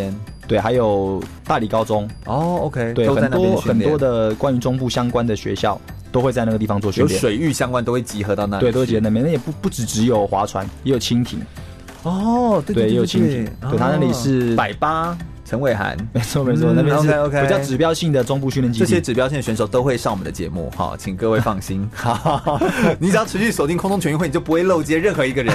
Speaker 2: 对，还有大理高中，
Speaker 1: 哦，OK，
Speaker 2: 对，
Speaker 1: 都在
Speaker 2: 很
Speaker 1: 那边
Speaker 2: 多
Speaker 1: 训
Speaker 2: 很
Speaker 1: 练
Speaker 2: 多的关于中部相关的学校都会在那个地方做训
Speaker 1: 有
Speaker 2: 练。
Speaker 1: 水域相关都会集合到那里去，
Speaker 2: 对，都会觉得那边那也不不只只有划船，也有蜻蜓。
Speaker 1: 哦，对
Speaker 2: 对
Speaker 1: 对
Speaker 2: 也有
Speaker 1: 对
Speaker 2: 蜻
Speaker 1: 对
Speaker 2: 蜓，对他那里是
Speaker 1: 百八陈伟涵。
Speaker 2: [laughs] 没错没错，那边是
Speaker 1: 嗯 OK，OK
Speaker 2: 比较指标性的中部训练基
Speaker 1: 这
Speaker 2: 地。
Speaker 1: 些指标性的选手都会上我们的节目，好，请各位放心。好， [laughs] 你只要持续锁定空中全运会，你就不会漏接任何一个 [laughs] 人。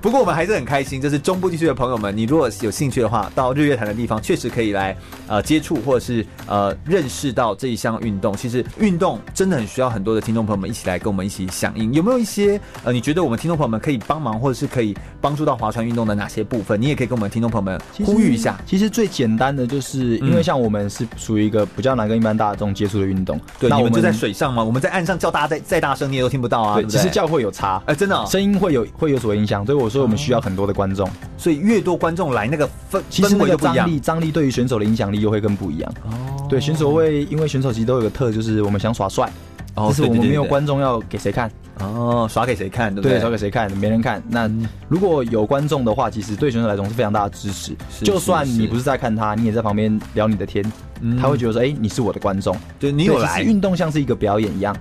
Speaker 1: 不过我们还是很开心，就是中部地区的朋友们，你如果有兴趣的话，到日月潭的地方确实可以来呃接触或者是呃认识到这一项运动。其实运动真的很需要很多的听众朋友们一起来跟我们一起响应。有没有一些呃你觉得我们听众朋友们可以帮忙或者是可以帮助到划船运动的哪些部分？你也可以跟我们听众朋友们
Speaker 2: 其实
Speaker 1: 呼吁一下。嗯
Speaker 2: 其实最简单的就是，因为像我们是属于一个比较难跟一般大众接触的运动，
Speaker 1: 对，
Speaker 2: 那
Speaker 1: 你
Speaker 2: 我
Speaker 1: 们就在水上嘛，我们在岸上叫大家再再大声，你也都听不到啊，对
Speaker 2: 对，
Speaker 1: 不
Speaker 2: 其
Speaker 1: 对？
Speaker 2: 实教会有差，
Speaker 1: 哎，真的哦，
Speaker 2: 声音会有会有所影响，所以我说我们需要很多的观众。
Speaker 1: 所以越多观众来，那个氛
Speaker 2: 其实
Speaker 1: 氛
Speaker 2: 那
Speaker 1: 围
Speaker 2: 个
Speaker 1: 就不一
Speaker 2: 张
Speaker 1: 样
Speaker 2: 力，。张力对于选手的影响力又会更不一样。
Speaker 1: 哦
Speaker 2: 对，选手会因为选手其实都有个特，就是我们想耍帅，
Speaker 1: 哦
Speaker 2: 但是
Speaker 1: 对
Speaker 2: 我
Speaker 1: 对
Speaker 2: 们
Speaker 1: 对
Speaker 2: 没有
Speaker 1: 对
Speaker 2: 观众要给谁看，
Speaker 1: 哦，耍给谁看，对不
Speaker 2: 对，
Speaker 1: 对？
Speaker 2: 找给谁看，没人看。那如果有观众的话，其实对选手来说是非常大的支持。
Speaker 1: 是
Speaker 2: 就算
Speaker 1: 是
Speaker 2: 你
Speaker 1: 是
Speaker 2: 不是在看他，你也在旁边聊你的天，他会觉得说，哎，你是我的观众。
Speaker 1: 嗯对你
Speaker 2: 你
Speaker 1: 有来，嗯
Speaker 2: 运动像是一个表演一样。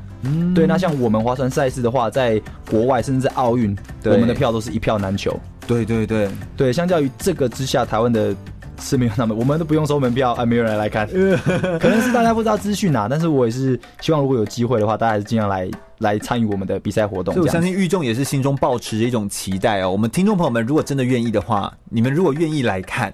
Speaker 2: 对，那像我们划船赛事的话，在国外甚至在奥运，
Speaker 1: 对
Speaker 2: 我们的票都是一票难求。
Speaker 1: 对对对，
Speaker 2: 对，相较于这个之下，台湾的是没有那么，我们都不用收门票，啊，没有人来
Speaker 1: [laughs]
Speaker 2: 看，可能是大家不知道资讯啊。但是我也是希望，如果有机会的话，大家还是尽量来来参与我们的比赛活动。
Speaker 1: 所以
Speaker 2: 这
Speaker 1: 我相
Speaker 2: 样子
Speaker 1: 信玉仲也是心中抱持一种期待哦。我们听众朋友们，如果真的愿意的话，你们如果愿意来看，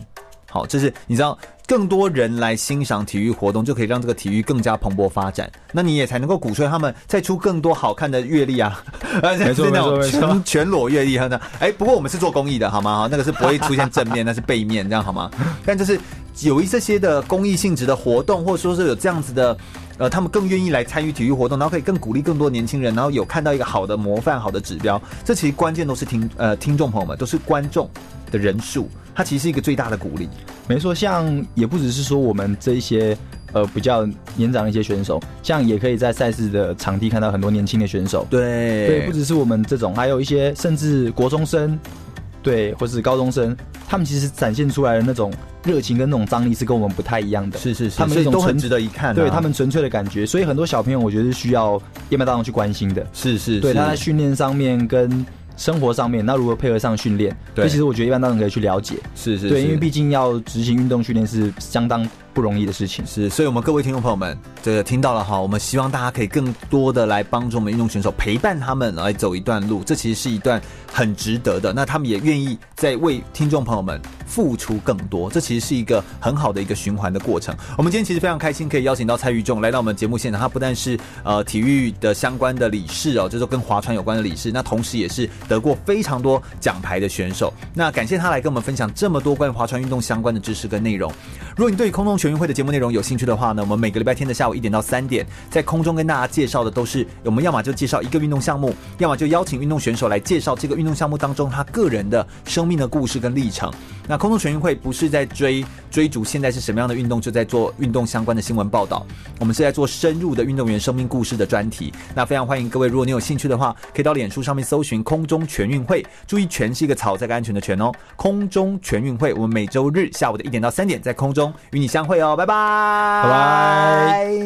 Speaker 1: 好，就是你知道，更多人来欣赏体育活动，就可以让这个体育更加蓬勃发展。那你也才能够鼓吹他们再出更多好看的阅历啊， [laughs] 没
Speaker 2: 没错没错没错
Speaker 1: 哦全全裸阅历啊那哎，不过我们是做公益的好吗？哈，那个是不会出现正面，那是背面，这样好吗？但就是有一这些的公益性质的活动，或者说是有这样子的。呃，他们更愿意来参与体育活动，然后可以更鼓励更多年轻人，然后有看到一个好的模范、好的指标。这其实关键都是听呃听众朋友们，都是观众的人数，它其实是一个最大的鼓励。
Speaker 2: 没错，像也不只是说我们这一些呃比较年长的一些选手，像也可以在赛事的场地看到很多年轻的选手。
Speaker 1: 对
Speaker 2: 对，不只是我们这种，还有一些甚至国中生，对，或是高中生，他们其实展现出来的那种热情跟那种张力是跟我们不太一样的。
Speaker 1: 是是是，
Speaker 2: 他们
Speaker 1: 所
Speaker 2: 那
Speaker 1: 以
Speaker 2: 种
Speaker 1: 都很
Speaker 2: 纯
Speaker 1: 值得一看、啊。
Speaker 2: 对他们纯粹的感觉，所以很多小朋友我觉得是需要一般大众去关心的。
Speaker 1: 是是
Speaker 2: 对，
Speaker 1: 是
Speaker 2: 他在训练上面跟生活上面，那如何配合上训练？
Speaker 1: 对
Speaker 2: 这其实我觉得一般大众可以去了解。
Speaker 1: 是是
Speaker 2: 对，因为
Speaker 1: 是
Speaker 2: 毕竟要执行运动训练是相当不容易的事情。
Speaker 1: 是，所以我们各位听众朋友们，这个听到了哈，我们希望大家可以更多的来帮助我们运动选手，陪伴他们来走一段路，这其实是一段很值得的。那他们也愿意在为听众朋友们付出更多，这其实是一个很好的一个循环的过程。我们今天其实非常开心，可以邀请到蔡玉仲来到我们节目现场，他不但是呃体育的相关的理事哦，就是跟划船有关的理事，那同时也是得过非常多奖牌的选手。那感谢他来跟我们分享这么多关于划船运动相关的知识跟内容。如果你对空中全运会的节目内容有兴趣的话呢，我们每个礼拜天的下午一点到三点，在空中跟大家介绍的都是我们要么就介绍一个运动项目，要么就邀请运动选手来介绍这个运动项目当中他个人的生命的故事跟历程。那空中全运会不是在追追逐现在是什么样的运动，就在做运动相关的新闻报道，我们是在做深入的运动员生命故事的专题。那非常欢迎各位，如果你有兴趣的话，可以到脸书上面搜寻“空中全运会”，注意“全”是一个草这个安全的“全”哦。空中全运会，我们每周日下午的一点到三点在空中与你相会哦，拜拜，
Speaker 2: 拜拜。